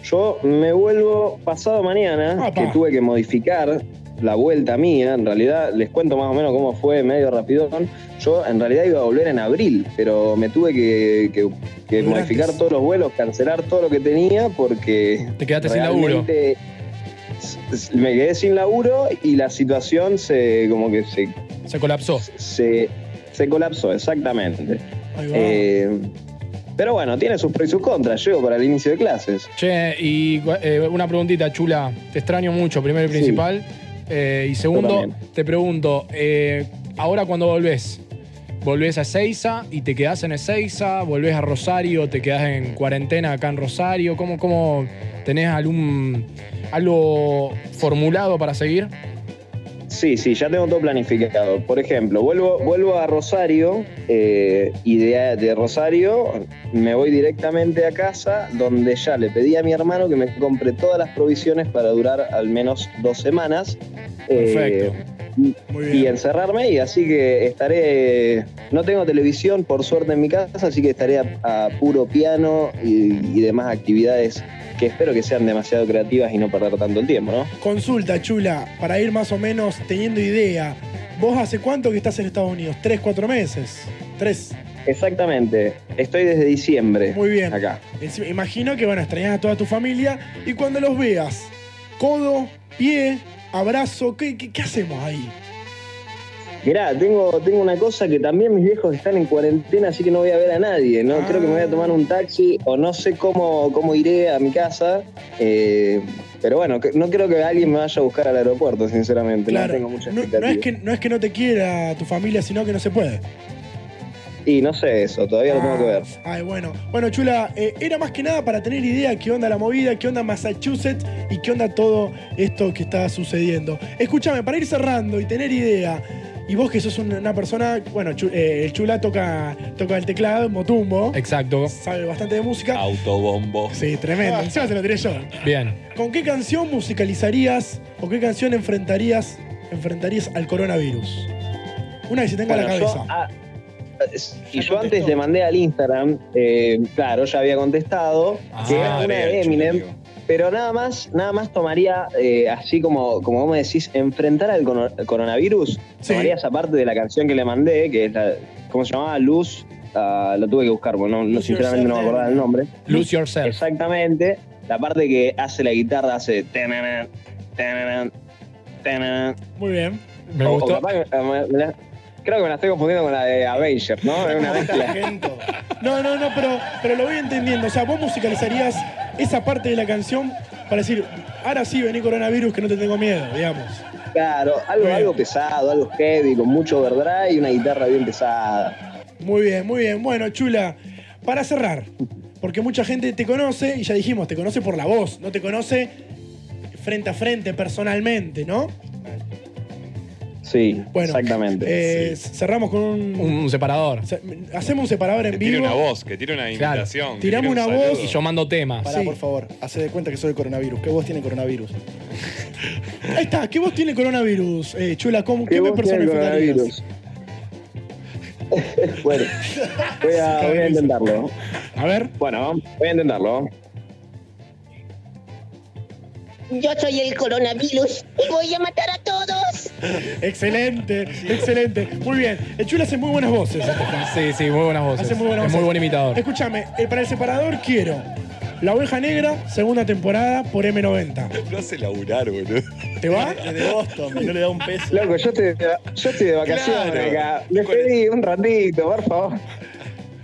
O: Yo me vuelvo pasado mañana, que tuve que modificar la vuelta mía. En realidad, les cuento más o menos cómo fue, medio rapidón. Yo en realidad iba a volver en abril, pero me tuve que, que- que
C: Volver
O: modificar
C: antes.
O: todos los vuelos, cancelar todo lo que tenía, porque.
C: Te quedaste sin laburo.
O: realmente s- Me quedé sin laburo y la situación se como que se
C: Se colapsó.
O: se, Se colapsó, exactamente.
C: Ahí va.
O: Eh, pero bueno, tiene sus pros y sus contras. Llego para el inicio de clases.
C: Che, y cua- eh, una preguntita, chula. Te extraño mucho, primero y principal. Eh, y segundo, te pregunto, eh, ahora cuando volvés, ¿volvés a Ezeiza y te quedás en Ezeiza? ¿Volvés a Rosario? ¿Te quedás en cuarentena acá en Rosario? ¿Cómo, cómo tenés algún algo formulado para seguir?
O: Sí, sí, ya tengo todo planificado. Por ejemplo, vuelvo, vuelvo a Rosario eh, y de, de Rosario me voy directamente a casa donde ya le pedí a mi hermano que me compre todas las provisiones para durar al menos dos semanas. Eh,
C: Perfecto.
O: y- Y encerrarme y así que estaré, no tengo televisión por suerte en mi casa, así que estaré a, a puro piano y, y demás actividades que espero que sean demasiado creativas y no perder tanto el tiempo, ¿no?
B: Consulta, chula, para ir más o menos teniendo idea. ¿Vos hace cuánto que estás en Estados Unidos? ¿Tres, cuatro meses? ¿Tres?
O: Exactamente, estoy desde diciembre.
B: Muy bien.
O: Acá.
B: Encima, Imagino que van a extrañar a toda tu familia y cuando los veas, codo, pie, abrazo, ¿qué, qué- qué hacemos ahí?
O: Mirá, tengo, tengo una cosa que también mis viejos están en cuarentena, así que no voy a ver a nadie,
B: Ah.
O: ¿no? Creo que me voy a tomar un taxi o no sé cómo, cómo iré a mi casa. eh, pero bueno, que- no creo que alguien me vaya a buscar al aeropuerto, sinceramente.
B: Claro,
O: No tengo mucha
B: No,
O: expectativa.
B: no es que, no es que no te quiera tu familia, sino que no se puede.
O: Y no sé eso, todavía lo tengo que ver.
B: Ay, bueno. Bueno, Chula, eh, era más que nada para tener idea qué onda la movida, qué onda Massachusetts y qué onda todo esto que está sucediendo. Escúchame, para ir cerrando y tener idea, y vos que sos una- una persona, bueno, Chu- eh, el Chula toca, toca el teclado, motumbo.
C: Exacto.
B: Sabe bastante de música.
G: Autobombo.
B: Sí, tremendo. Encima Ah, se lo tiré yo.
C: Bien.
B: ¿Con qué canción musicalizarías o qué canción enfrentarías, enfrentarías al coronavirus? Una que se tenga en la
O: Bueno, yo,
B: cabeza.
O: ah, y yo antes le mandé al Instagram, eh, claro, ya había contestado,
H: Ah,
O: que era una de
H: bien,
O: Eminem,
H: chico.
O: pero nada más, nada más tomaría, eh, así como, como vos me decís, enfrentar al cono- coronavirus, tomaría esa parte de la canción que le mandé, que es la, ¿cómo se llamaba? Luz, ah, lo tuve que buscar, porque no, no- sinceramente no me acordaba el nombre.
C: Lose Yourself.
O: Exactamente, la parte que hace la guitarra, hace... tanana, tanana, tanana.
B: Muy bien.
C: Me
O: O- o
C: gustó.
O: capaz que, eh, me- me la- creo que me la estoy confundiendo con la de Avenger, ¿no? Es una mezcla.
B: No, no, no, pero, pero lo voy entendiendo. O sea, vos musicalizarías esa parte de la canción para decir, ahora sí, vení coronavirus, que no te tengo miedo, digamos.
O: Claro, algo, algo pesado, algo heavy, con mucho overdrive y una guitarra bien pesada.
B: Muy bien, muy bien. Bueno, chula, para cerrar, porque mucha gente te conoce, y ya dijimos, te conoce por la voz, no te conoce frente a frente, personalmente, ¿no?
O: Sí,
B: Bueno,
O: exactamente.
B: Eh, Cerramos con un...
C: Un separador.
B: se- Hacemos un separador en
G: Que tire
B: vivo.
G: una voz, que tire una
C: Claro.
G: invitación. que
B: Tirame
G: tire un
B: una
G: saludo.
B: voz.
C: Y yo mando temas.
H: Pará, por favor, hace de cuenta que soy el coronavirus. ¿Qué voz tiene coronavirus?
B: Ahí está, ¿qué voz tiene coronavirus? Eh, chula, ¿cómo, ¿qué,
H: ¿Qué
B: me
H: voz tiene
B: personificarías?
H: coronavirus?
O: bueno, voy a, voy a intentarlo.
B: A ver.
O: Bueno, voy a intentarlo.
E: Yo soy el coronavirus y voy a matar a todos.
B: Excelente, excelente. Muy bien. El Chula hace muy buenas voces.
C: Sí, sí, muy buenas voces.
B: Hace muy buenas
C: es
B: voces.
C: muy buen imitador.
B: Escúchame, eh, para el separador quiero La Oveja Negra, segunda temporada por M90.
G: No hace laburar, boludo.
B: ¿Te va?
H: De Boston, no le da un peso.
O: Loco, yo estoy, de- yo estoy de vacaciones
G: Claro.
O: acá. Me pedí un ratito, por favor.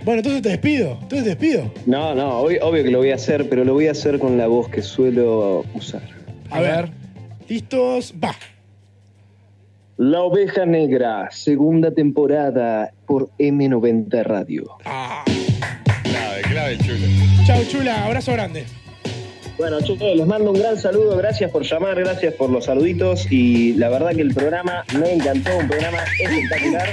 B: Bueno, entonces te despido. Entonces te despido.
O: No, no, obvio, obvio que lo voy a hacer, pero lo voy a hacer con la voz que suelo usar.
B: A, ver. Listos, va.
O: La Oveja Negra, segunda temporada por M90 Radio.
G: Clave, clave, chulo.
B: Ah. Chau, Chula. Abrazo grande.
O: Bueno, chicos, les mando un gran saludo, gracias por llamar, gracias por los saluditos y la verdad que el programa me encantó, un programa espectacular.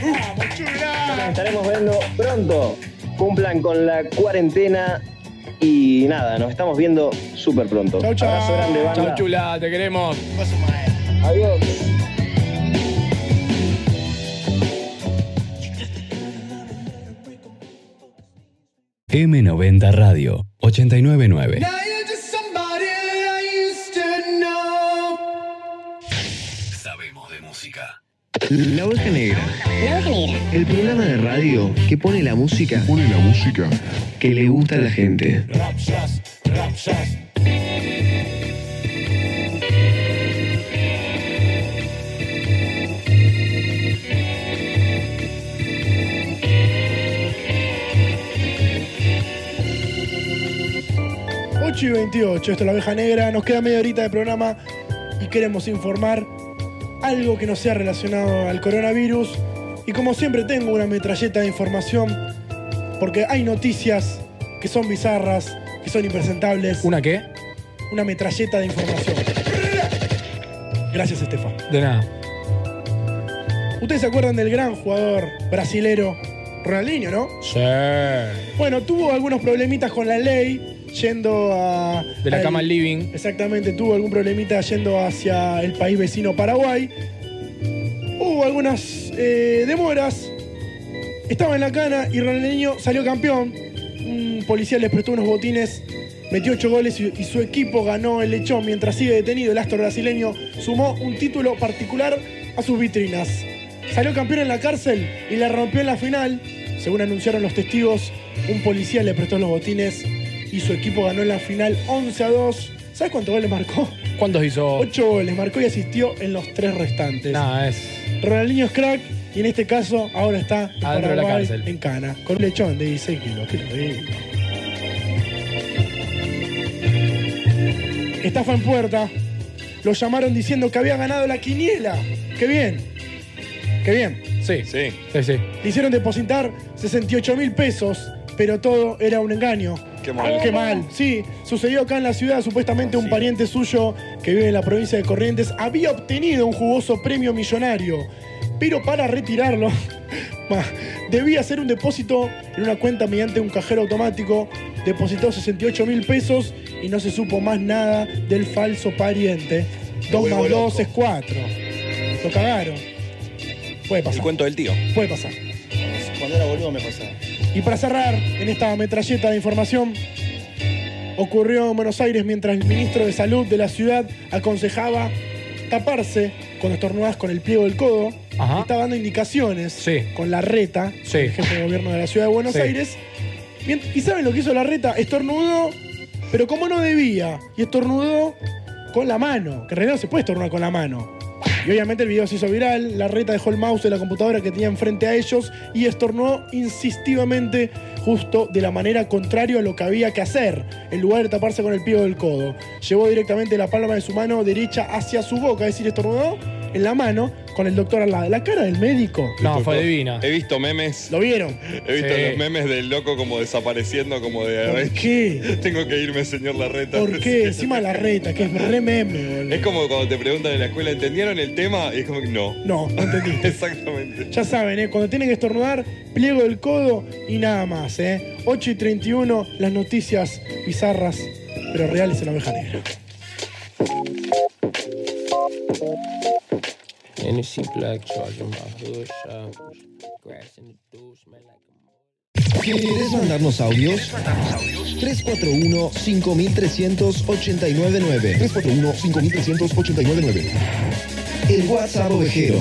O: Nos estaremos viendo pronto. Cumplan con la cuarentena y nada, nos estamos viendo súper pronto.
C: Chau, chau.
O: Abrazo grande, banda.
C: Chau, chula, te queremos.
O: Adiós.
J: M90 Radio 899.
I: Now you're just somebody I used to know.
J: Sabemos de música.
A: La Oveja Negra.
E: La Oveja Negra.
A: El programa de radio que pone la música. Pone la música. Que le gusta a la gente.
B: 8 y 28, esto es la oveja negra, nos queda media horita de programa y queremos informar algo que no sea relacionado al coronavirus. Y como siempre tengo una metralleta de información, porque hay noticias que son bizarras, que son impresentables.
C: ¿Una qué?
B: Una metralleta de información. Gracias, Estefan.
C: De nada.
B: Ustedes se acuerdan del gran jugador brasilero Ronaldinho, ¿no?
C: Sí.
B: Bueno, tuvo algunos problemitas con la ley yendo a.
C: De la cama al living.
B: Exactamente, tuvo algún problemita yendo hacia el país vecino Paraguay. Hubo algunas eh, demoras. Estaba en la cana y Ronaldinho salió campeón. Un policía les prestó unos botines, metió 8 goles y, y su equipo ganó el lechón. Mientras sigue detenido, el astro brasileño sumó un título particular a sus vitrinas. Salió campeón en la cárcel y la rompió en la final. Según anunciaron los testigos, un policía le prestó los botines y su equipo ganó en la final 11 a 2. ¿Sabes cuántos goles marcó?
C: ¿Cuántos hizo?
B: 8 goles marcó y asistió en los tres restantes.
C: Nada, es.
B: Ronaldinho es crack y en este caso ahora está en
C: Adentro de la
B: Paraguay,
C: cárcel.
B: en Cana, con un lechón de 16 kilos. Qué lindo. Estafa en puerta. Lo llamaron diciendo que había ganado la quiniela. ¡Qué bien! ¡Qué bien!
C: Sí.
G: Sí.
C: Sí, sí.
B: Le hicieron depositar 68 mil pesos, pero todo era un engaño.
G: Qué mal.
B: Qué mal, sí. Sucedió acá en la ciudad, supuestamente un pariente suyo que vive en la provincia de Corrientes había obtenido un jugoso premio millonario, pero para retirarlo ma, debía hacer un depósito en una cuenta mediante un cajero automático, depositó 68 mil pesos y no se supo más nada del falso pariente. Dos
G: vuelvo
B: más
G: loco.
B: dos es cuatro. Lo cagaron. Puede pasar.
G: El cuento del tío.
B: Puede pasar.
H: Cuando era boludo me pasaba.
B: Y para cerrar, en esta metralleta de información, ocurrió en Buenos Aires mientras el ministro de Salud de la ciudad aconsejaba taparse cuando estornudas con el pliego del codo.
C: Ajá.
B: Estaba dando indicaciones con la reta,
C: Sí.
B: el jefe de gobierno de la ciudad de Buenos
C: Sí.
B: Aires. Mient- ¿Y saben lo que hizo la reta? Estornudó, pero como no debía. Y estornudó con la mano, que en realidad no se puede estornudar con la mano. Y obviamente el video se hizo viral, la reta dejó el mouse de la computadora que tenía enfrente a ellos y estornó insistivamente justo de la manera contraria a lo que había que hacer, en lugar de taparse con el pie del codo. Llevó directamente la palma de su mano derecha hacia su boca, es decir, estornudó en la mano con el doctor al lado. La cara del médico.
C: No, fue divina.
G: He visto memes.
B: ¿Lo vieron?
G: He visto
B: Sí.
G: los memes del loco como desapareciendo, como de.
B: ¿Por qué?
G: Tengo que irme, señor Larreta.
B: ¿Por qué? Encima la reta, que es re meme, boludo.
G: Es como cuando te preguntan en la escuela, ¿entendieron el tema? Y es como que no.
B: No, no entendí.
G: Exactamente.
B: Ya saben, ¿eh? cuando tienen que estornudar, pliego del codo y nada más. ¿eh? 8 y 31, las noticias bizarras, pero reales en la oveja negra.
D: ¿Quieres mandarnos audios? 341-5389-9. 341-5389-9. El WhatsApp ovejero.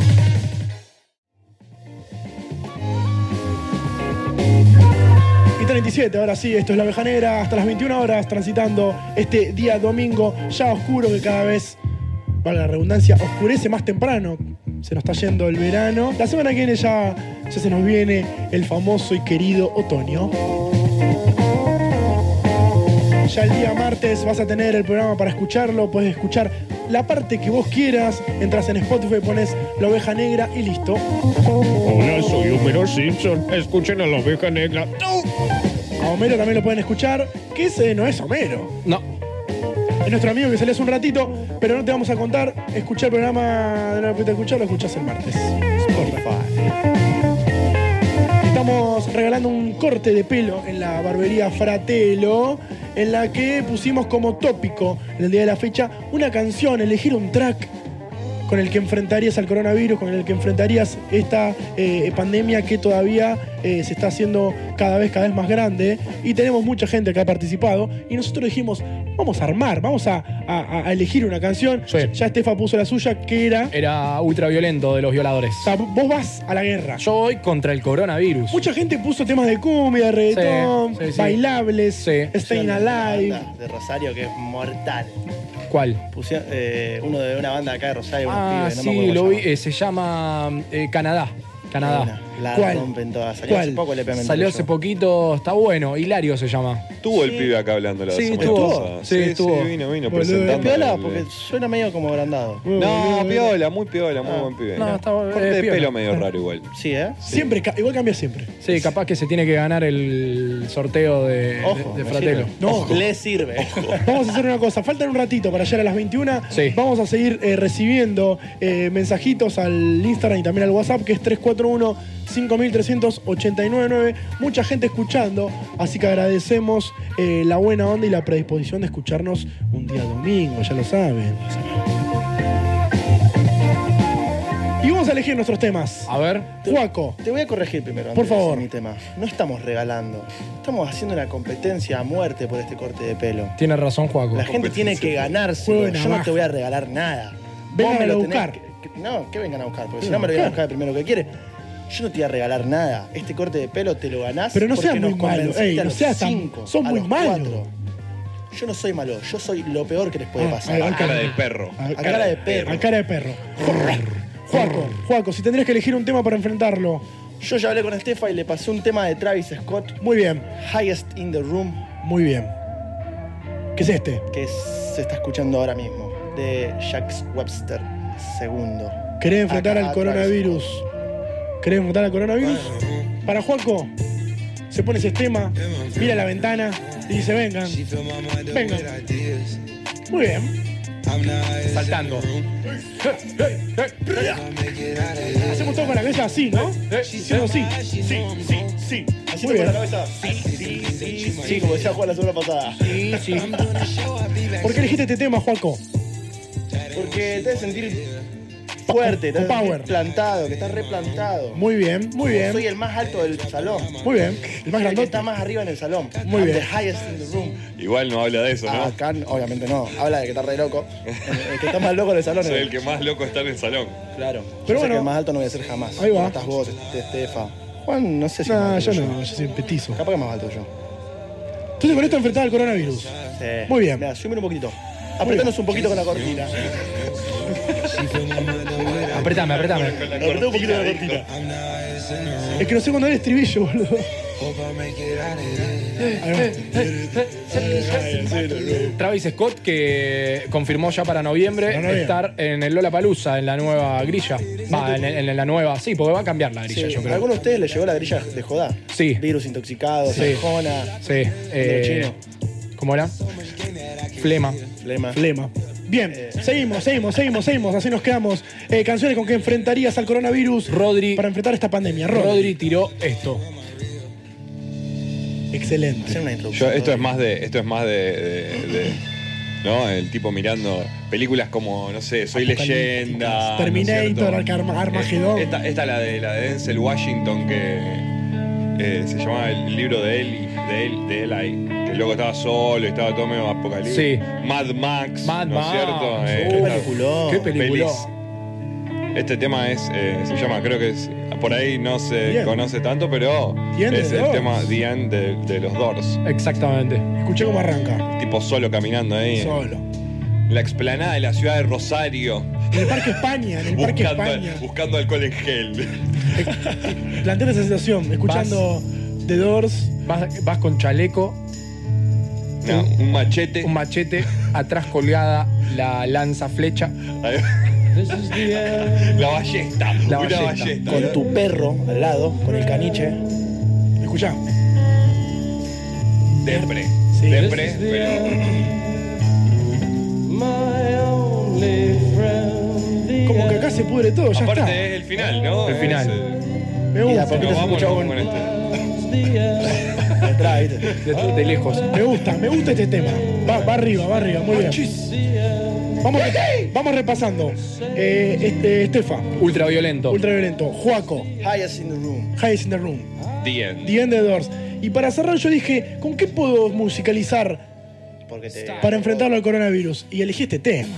B: Y 37, ahora sí, esto es la oveja negra, hasta las 21 horas, transitando este día domingo ya oscuro que cada vez, para la redundancia, oscurece más temprano. Se nos está yendo el verano. La semana que viene ya, ya se nos viene el famoso y querido otoño. Ya el día martes vas a tener el programa para escucharlo, puedes escuchar la parte que vos quieras, entras en Spotify, pones la oveja negra y listo.
P: Hola, soy Homero Simpson. Escuchen a la oveja negra.
B: A Homero también lo pueden escuchar, que ese no es Homero.
C: No.
B: Es nuestro amigo que sale hace un ratito, pero no te vamos a contar. Escuchar el programa de la puta escuchar, lo escuchás el martes. Estamos regalando un corte de pelo en la barbería Fratelo, en la que pusimos como tópico en el día de la fecha una canción, elegir un track con el que enfrentarías al coronavirus, con el que enfrentarías esta eh, pandemia que todavía eh, se está haciendo cada vez, cada vez más grande. Y tenemos mucha gente que ha participado. Y nosotros dijimos, vamos a armar, vamos a, a- a elegir una canción. Ya Estefa puso la suya, que era...
C: Era ultraviolento de los violadores.
B: O sea, vos vas a la guerra.
C: Yo voy contra el coronavirus.
B: Mucha gente puso temas de cumbia, de reggaetón,
C: Sí, sí, sí.
B: bailables, Staying
H: Pusieron una
B: Alive.
H: banda De Rosario que es mortal.
C: ¿Cuál?
H: Pusieron eh, uno de una banda acá de Rosario, unos
C: Ah,
H: pibes, no me
C: sí,
H: acuerdo
C: lo
H: cómo
C: vi.
H: se
C: eh, se llama eh, Canadá. Canadá.
H: La
C: ¿Cuál?
H: rompen todas. Salió hace poco el EP Mental
C: Salió
H: Yo.
C: hace poquito, está bueno. Hilario se llama.
G: Tuvo el pibe acá hablando la
C: Sí,
G: semana
C: estuvo.
G: pasada.
C: Sí, estuvo.
G: vino,
C: Boludo.
G: vino presentando.
H: Es piola
G: el-
H: porque suena medio como agrandado.
G: No, piola, muy piola,
C: Ah.
G: muy buen pibe.
H: no, está-
G: Corte
H: es
G: de
H: piola.
G: pelo medio raro igual.
H: Sí, ¿eh?
B: Siempre, ca- igual cambia siempre.
C: Sí, capaz que se tiene que ganar el sorteo de, de- de
H: me
C: Fratelo.
H: sirve. Le sirve.
B: Vamos a hacer una cosa, faltan un ratito para llegar a las 21. Vamos a seguir eh, recibiendo eh, mensajitos al Instagram y también al WhatsApp, que es 341-5389. Mucha gente escuchando, así que agradecemos eh, la buena onda y la predisposición de escucharnos un día domingo, ya lo saben. Y vamos a elegir nuestros temas.
C: A ver.
B: Juaco.
H: Te voy a corregir primero.
B: Por
H: antes de
B: favor.
H: decir Mi tema. No estamos regalando. Estamos haciendo una competencia a muerte por este corte de pelo.
C: Tiene razón, Juaco.
H: La gente tiene que ganarse.
C: Juego de
H: Yo no
C: navaja.
H: te voy a regalar nada.
C: Vengan
H: Vos me
C: a
H: lo
C: buscar.
H: tenés que- que- no, que vengan a buscar, porque si
B: Vengan
H: no me
B: a
H: lo vienen a
B: buscar.
H: buscar primero que quiere. Yo no te voy a regalar nada. Este corte de pelo te lo ganás.
B: Pero no
H: porque
B: seas muy
H: nos
B: malo.
H: convenciste
B: Ey,
H: a
B: no
H: los
B: seas tan-
H: cinco,
B: sos
H: a
B: muy
H: los
B: malo.
H: cuatro. Yo no soy malo, yo soy lo peor que les puede
B: Ah,
H: pasar.
B: ahí va, A cara de
G: perro.
B: A
H: A cara de perro.
B: A cara de perro. Juaco, Juaco, si tendrías que elegir un tema para enfrentarlo.
H: Yo ya hablé con Estefa y le pasé un tema de Travis Scott.
B: Muy bien.
H: Highest in the Room,
B: Muy bien. ¿Qué es este?
H: que es- se está escuchando ahora mismo, de Jax Webster II.
B: ¿Querés enfrentar
H: Acá, Travis
B: al coronavirus? ¿Querés enfrentar al coronavirus? Para Juaco, se pone ese tema, mira la ventana y dice, vengan. Vengan. Muy bien.
C: Saltando.
B: Hacemos todo con la cabeza así, ¿no? Diciendo sí, sí, sí, sí.
H: Así
B: Muy
H: te
B: bien.
H: la cabeza. Ah, Sí, sí, sí, sí, como decía Juan la semana pasada.
B: ¿Por qué elegiste este tema, Juaco?
H: Porque te hace sentir fuerte, te
B: Con
H: hace sentir
B: power.
H: plantado, que estás replantado.
B: Muy bien, muy bien.
H: Soy el más alto del salón.
B: Muy bien. El más
H: grande. está más arriba en el salón.
B: Muy
H: I'm
B: bien.
H: The highest in the room.
G: Igual no habla de eso, ¿no?
H: Acá, Ah, obviamente no. Habla de que está re loco. El que está más loco en el salón. eh.
G: Soy el que más loco está en el salón.
H: Claro.
B: Pero
H: Pero
B: bueno.
H: bueno. el más alto no voy a ser jamás.
B: Ahí va.
H: Como Estás vos, este- Estefa. Juan, no sé si.
B: No,
H: más alto
B: yo
H: que
B: no, yo soy un petizo.
H: Capaz que más alto yo.
B: Entonces con esto enfrentar al coronavirus.
H: Sí.
B: Muy bien.
H: Mira, subime un poquito. Apretanos un poquito con la cortina.
C: Apretame, apretame.
H: Apretá un poquito con la cortina.
B: Es que no sé cuándo era el estribillo, boludo.
C: Travis Scott que confirmó ya para noviembre
B: Para noviembre.
C: estar en el Lola Palusa, en la nueva grilla. Va, en, en- en la nueva, sí, porque va a cambiar la grilla,
H: Sí,
C: yo creo.
H: ¿Alguno de ustedes le llegó la grilla de joda?
C: Sí.
H: Virus intoxicado,
C: Sí.
H: sajona,
C: Sí. eh, ¿Cómo era? Flema.
H: flema.
B: Flema. Bien,
H: Eh.
B: seguimos, seguimos, seguimos, seguimos. Así nos quedamos. Eh, canciones con que enfrentarías al coronavirus
C: Rodri.
B: para enfrentar esta pandemia. Rodri.
C: Rodri tiró esto.
B: Excelente.
G: Yo, esto es más de. Esto es más de, de- de- ¿No? El tipo mirando películas como, no sé, Soy Leyenda. ¿no es
B: Terminator,
G: cierto?
B: Arma- Armagedón.
G: Esta, esta la de la de Denzel Washington que eh, se llamaba el libro de él de él de él ahí. Que el loco estaba solo y estaba todo medio apocalíptico.
C: Sí.
G: Mad Max.
C: Mad
G: ¿no es
C: Max. Uh,
G: cierto?
I: Uh,
G: Eh,
C: Qué
G: esta-
C: peliculón. Qué peliculón.
G: pelis. Este tema es, eh, se llama, creo que es- por ahí no se
B: Bien.
G: conoce tanto, pero
B: The End
G: es
B: de
G: el
B: Doors.
G: tema The End de, de los Doors.
C: Exactamente.
B: Escuché cómo arranca.
G: Tipo solo caminando ahí. en
B: Solo.
G: La explanada de la ciudad de Rosario.
B: En el Parque España, en el Parque
G: Buscando,
B: España.
G: buscando alcohol en gel.
B: Plantea esa sensación, escuchando The Doors.
C: Vas, vas con chaleco.
G: No, un machete.
C: Un machete. Atrás colgada la lanza flecha.
G: La ballesta.
C: La ballesta.
G: una ballesta.
H: Con tu perro al lado, con el caniche.
B: Escuchá.
G: Depre. Depre, pero.
B: Como que acá se pudre todo, ya
G: Aparte
B: está.
G: es el final, ¿no?
C: El final.
B: Me
H: Mira,
B: gusta.
H: porque
G: Nos
H: te
G: vamos
H: escucha
G: nos
H: un-
G: vamos con este.
H: Detrás, ¿viste?
C: De, de lejos.
B: Me gusta, me gusta este tema. Va, va arriba, va arriba, muy bien. Vamos, vamos repasando. Eh, este, Estefa,
C: Ultraviolento.
B: ultraviolento. Juaco,
H: Highest in the room.
B: Highest in the Room,
G: The end.
B: The End of the Doors. Y para cerrar, yo dije, ¿con qué puedo musicalizar
H: Porque te.
B: para enfrentarlo al coronavirus? Y elegí este tema.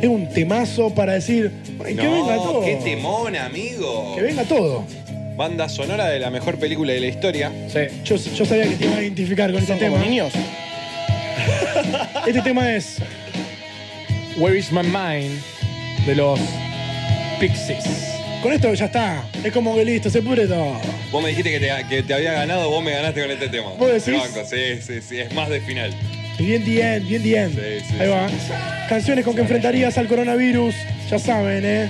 B: Es un temazo para decir, "Ay, que venga todo.
G: qué temón, amigo.
B: Que venga todo.
G: Banda sonora de la mejor película de la historia.
C: Sí.
B: Yo, yo sabía que te iba a identificar con este
H: ¿Son como
B: tema.
H: niños?
B: Este tema es
C: Where is my mind? De los Pixies.
B: Con esto ya está. Es como que listo, se pudre todo.
G: Vos me dijiste que te, que te había ganado, vos me ganaste con este tema.
B: ¿Vos decís?
G: Te banco, Sí, sí, sí, es más de final.
B: Bien the end, bien the end. Ahí va. Canciones con que enfrentarías al coronavirus, ya saben, ¿eh?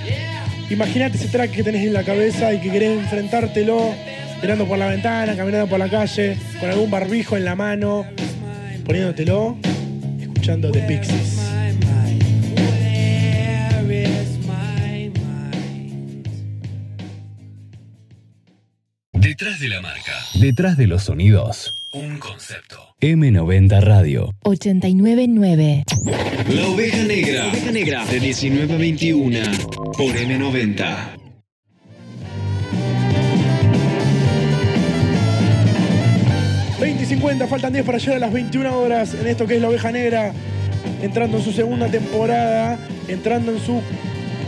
B: Imagínate ese track que tenés en la cabeza y que querés enfrentártelo, tirando por la ventana, caminando por la calle, con algún barbijo en la mano, poniéndotelo, escuchando The Pixies.
J: Detrás de la marca. Detrás de los sonidos. Un concepto. M90 Radio.
N: 899.
A: La oveja negra. La oveja negra. De 19 a 21 por M90.
B: Veinte y 50, faltan 10 para llegar a las 21 horas en esto que es La Oveja Negra, entrando en su segunda temporada, entrando en su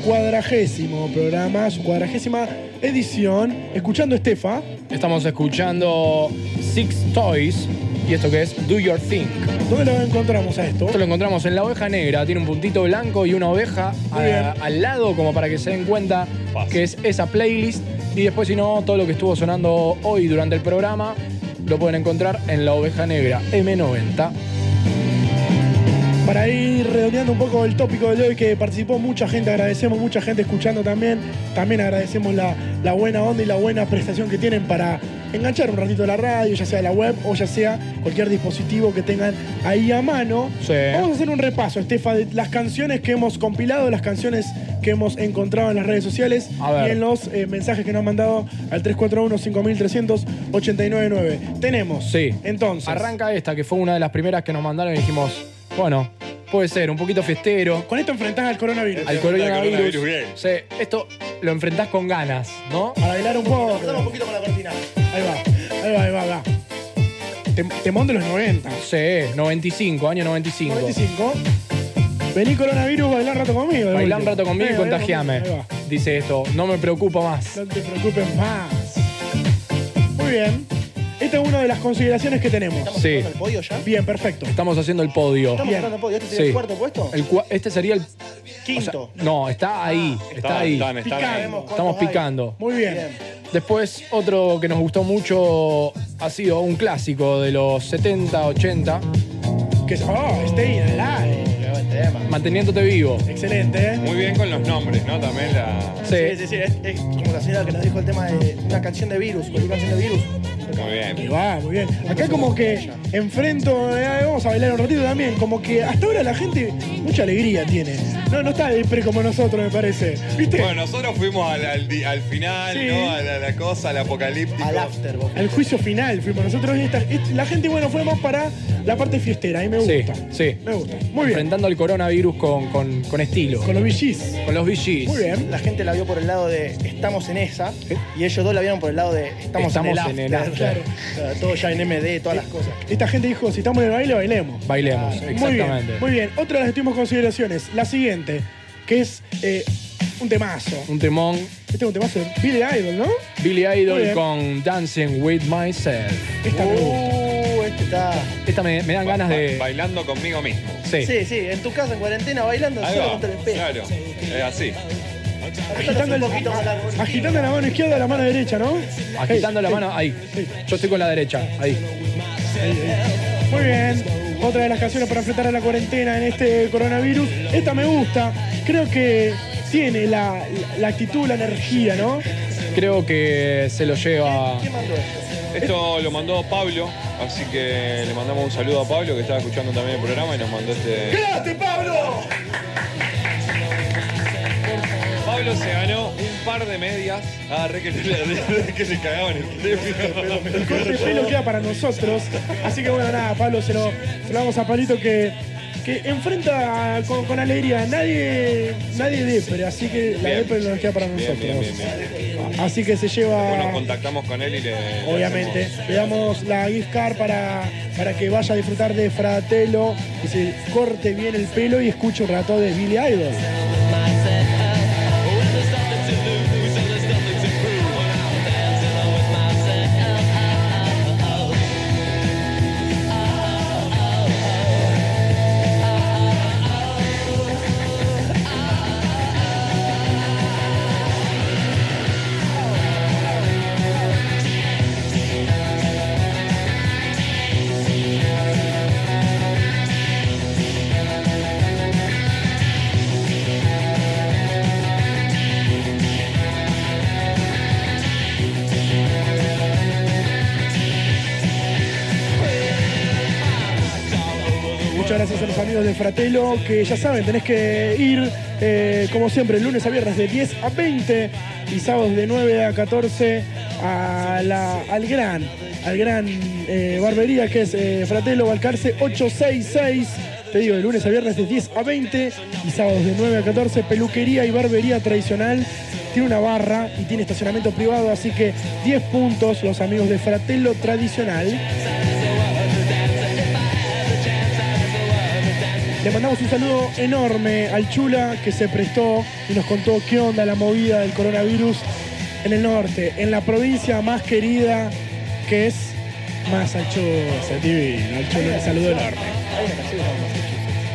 B: cuadragésimo programa, su cuadragésima edición, escuchando Estefa.
C: Estamos escuchando Six Toys y esto que es Do Your Thing.
B: ¿Dónde lo encontramos a esto?
C: Esto lo encontramos en la oveja negra, tiene un puntito blanco y una oveja
B: Muy
C: a-
B: bien.
C: al lado como para que se den cuenta que es esa playlist. Y después si no, todo lo que estuvo sonando hoy durante el programa lo pueden encontrar en la oveja negra M90.
B: Para ir redondeando un poco el tópico de hoy que participó mucha gente, agradecemos mucha gente escuchando también. También agradecemos la, la buena onda y la buena prestación que tienen para enganchar un ratito la radio, ya sea la web o ya sea cualquier dispositivo que tengan ahí a mano. Vamos a hacer un repaso, Estefa, de las canciones que hemos compilado, las canciones que hemos encontrado en las redes sociales
C: A ver.
B: y en los eh, mensajes que nos han mandado al 341-5300-899. Tenemos.
C: Sí.
B: Entonces.
C: Arranca esta, que fue una de las primeras que nos mandaron y dijimos, bueno, puede ser, un poquito fiestero.
B: Con esto enfrentás al coronavirus.
C: Al coronavirus. Sí, esto lo enfrentás con ganas, ¿no?
B: Para bailar un poco. un poquito con la cortina. Ahí va, ahí va, ahí va, ahí va. Tem- Temón de los 90.
C: Sí, 95, año 95.
B: 95. Vení coronavirus, bailá un rato conmigo. de
C: Bailá un
B: última.
C: rato conmigo
B: Eh,
C: y
B: bailá
C: contagiame.
B: conmigo, ahí va.
C: Dice esto, no me preocupa más.
B: No te preocupes más. Muy bien. Esta es una de las consideraciones que tenemos.
C: Sí.
B: ¿Estamos
C: al
B: podio ya? Bien, perfecto.
C: Estamos haciendo el podio.
B: Estamos
C: Bien.
B: entrando al
H: podio. ¿Este sería el cuarto puesto?
C: El cua- este sería el
H: Quinto.
C: o sea, no, está ahí.
B: Ah.
C: está,
G: Están,
C: ahí.
G: están, están ahí. Picando.
C: Estamos picando.
B: Muy bien.
C: Después, otro que nos gustó mucho ha sido un clásico de los 70, 80.
B: Que es, oh, Stay Alive.
C: Manteniéndote vivo.
B: Excelente, ¿eh?
G: Muy bien con los nombres, ¿no? También la.
H: Sí, sí, sí. Es, es como la señora que nos dijo el tema de una canción de virus, cualquier canción de virus.
G: Muy
B: Ahí
G: bien.
B: va, muy bien. Acá como que enfrento, eh, vamos a bailar un ratito también, como que hasta ahora la gente mucha alegría tiene. No, no está depre como nosotros, me parece. ¿Viste?
G: Bueno, nosotros fuimos al, al di- al final,
B: Sí.
G: ¿no? A la, la cosa, al apocalíptico. Al after,
B: Al juicio final fuimos nosotros y esta- est- la gente, bueno, fue más para la parte fiestera, ahí me
C: Sí,
B: gusta.
C: sí.
B: Me gusta. Muy bien.
C: Enfrentando al coronavirus con, con- con estilo.
B: Con los VGs.
C: Con los VGs.
H: Muy bien. La gente la vio por el lado de estamos en esa y ellos dos la vieron por el lado de estamos,
C: Estamos
H: en
C: en
H: el
C: el
H: after.
C: after.
H: Claro, todo ya en MD, todas las cosas.
B: Esta gente dijo, si estamos en el baile, bailemos.
C: Bailemos,
B: Muy bien,
C: exactamente.
B: muy bien. Otra de las últimas consideraciones, la siguiente, que es eh, un temazo.
C: Un temón.
B: Este es un temazo de Billy Idol, ¿no?
C: Billy
B: Muy
C: Idol
B: bien.
C: con Dancing with Myself.
B: Esta me gusta.
H: Uh, este está.
C: Esta me, me dan ganas de.
G: Bailando conmigo mismo.
C: Sí.
H: Sí, sí, en tu casa en cuarentena bailando
G: Ahí
H: solo
G: va.
H: contra el espejo.
G: Claro. Es así.
B: Agitando, el- agitando la mano izquierda y la mano derecha, ¿no?
C: Agitando
B: Sí,
C: la
B: sí.
C: mano. Ahí. Yo estoy con la derecha. Ahí.
B: Muy bien. Otra de las canciones para enfrentar a la cuarentena en este coronavirus. Esta me gusta. Creo que tiene la, la- la actitud, la energía, ¿no?
C: Creo que se lo lleva.
G: Esto lo mandó Pablo, así que le mandamos un saludo a Pablo que estaba escuchando también el programa y nos mandó este.
H: ¡Gracias, Pablo!
G: Pablo se ganó un par de medias. Ah, re que, le, que le cagaban el
B: El corte de pelo
G: premio.
B: queda para nosotros. Así que bueno, nada, Pablo, se lo, se lo damos a Palito que, que enfrenta con, con alegría. Nadie, nadie depre, así que la
G: Bien.
B: depre nos queda para
G: Bien,
B: nosotros.
G: bien, bien, bien.
B: Así que se lleva.
G: Después nos contactamos con él y le. le
B: Obviamente,
G: hacemos-
B: le damos la gift card para, para que vaya a disfrutar de Fratello, que se corte bien el pelo y escuche un rato de Billy Idol. Muchas gracias a los amigos de Fratelo, que ya saben, tenés que ir, eh, como siempre, lunes a viernes de 10 a 20 y sábados de 9 a 14 a la, al gran, al gran eh, barbería que es eh, Fratelo Balcarce 866. Te digo, de lunes a viernes de 10 a 20 y sábados de 9 a 14, peluquería y barbería tradicional. Tiene una barra y tiene estacionamiento privado, así que 10 puntos los amigos de Fratello Tradicional. Le mandamos un saludo enorme al Chula que se prestó y nos contó qué onda la movida del coronavirus en el norte, en la provincia más querida que es Massachusetts. Divino, al Chula un saludo enorme.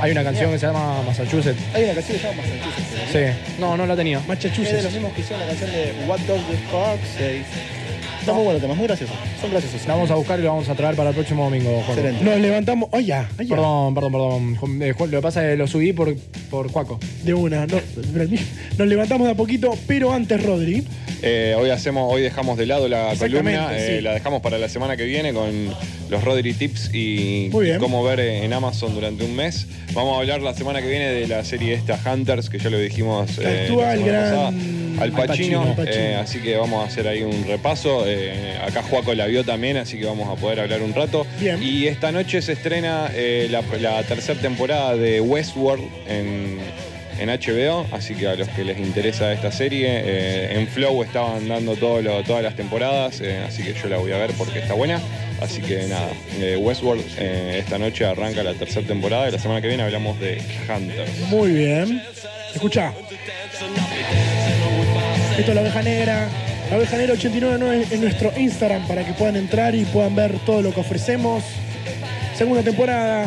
H: Hay una canción que se llama Massachusetts.
C: Hay una canción que se llama Massachusetts.
H: Hay una canción que se llama Massachusetts.
C: Sí. No, no la tenía.
H: Es de los mismos que hicieron la canción de What Does the Fox eh, Say. Está muy bueno el tema, muy gracioso. Son graciosos.
C: La vamos a buscar y la vamos a traer para el próximo domingo, Juan.
H: Excelente.
B: Nos levantamos. oh, ¡Oye!
C: Perdón, perdón, perdón. Juan- eh, Juan, Lo que pasa es que lo subí por, por Cuaco.
B: De una, no, pero el mismo- nos levantamos de a poquito, pero antes, Rodri.
G: Eh, hoy hacemos, hoy dejamos de lado la
B: Exactamente,
G: columna, eh,
B: sí.
G: la dejamos para la semana que viene con los Rodri Tips y
B: Muy bien.
G: cómo ver eh, en Amazon durante un mes. Vamos a hablar la semana que viene de la serie esta Hunters, que ya lo dijimos eh, la
B: actúa el
G: semana
B: gran-
G: pasada, Al
B: Al Pacino,
G: Pacino,
B: Al Pacino.
G: eh, así que vamos a hacer ahí un repaso. Eh, acá Juaco la vio también, así que vamos a poder hablar un rato. Y esta noche se estrena eh, la, la tercera temporada de Westworld en, en HBO, así que a los que les interesa esta serie, eh, en Flow estaban dando todo lo- todas las temporadas, eh, así que yo la voy a ver porque está buena. Así que nada, eh, Westworld eh, esta noche arranca la tercera temporada y la semana que viene hablamos de Hunter.
B: Muy bien. Escucha. Esto es la oveja negra. La oveja negra 899 en nuestro Instagram para que puedan entrar y puedan ver todo lo que ofrecemos. Segunda temporada,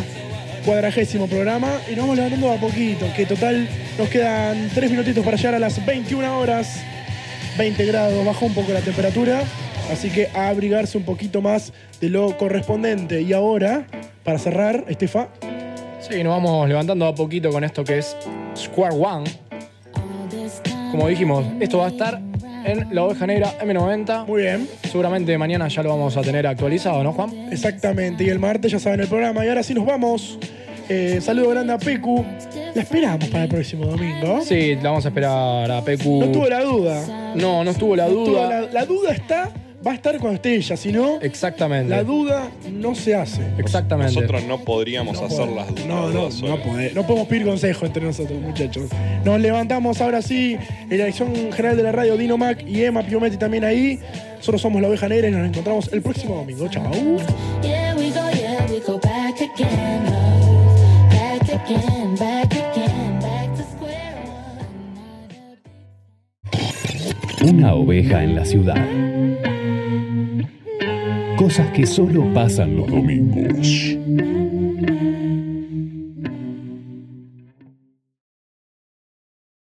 B: cuadragésimo programa. Y nos vamos levantando a poquito, que total nos quedan tres minutitos para llegar a las 21 horas. 20 grados, bajó un poco la temperatura. Así que a abrigarse un poquito más de lo correspondiente. Y ahora, para cerrar, Estefa,
C: Sí, nos vamos levantando a poquito con esto que es Square One. Como dijimos, esto va a estar en la oveja negra M90.
B: Muy bien.
C: Seguramente mañana ya lo vamos a tener actualizado, ¿no, Juan?
B: Exactamente, y el martes ya saben el programa. Y ahora sí nos vamos. Eh, saludo grande a Pecu. La esperamos para el próximo domingo.
C: Sí, la vamos a esperar a Pecu.
B: No tuvo la duda.
C: No, no estuvo la
B: No tuvo
C: duda.
B: la, la duda está, va a estar cuando esté ella, si no,
C: Exactamente.
B: la duda no se hace.
C: Exactamente.
G: Nosotros no podríamos hacer las dudas.
B: No, no,
G: solas.
B: no, pode- no podemos pedir consejo entre nosotros, muchachos. Nos levantamos ahora sí. En la dirección general de la radio, Dino Mac y Emma Piometti también ahí. Nosotros somos la oveja negra y nos encontramos el próximo domingo. Chau.
Q: Yeah, we go, yeah, we go back again, love. Back again, back again, back to square one.
J: Una oveja en la ciudad. Cosas que solo pasan los domingos.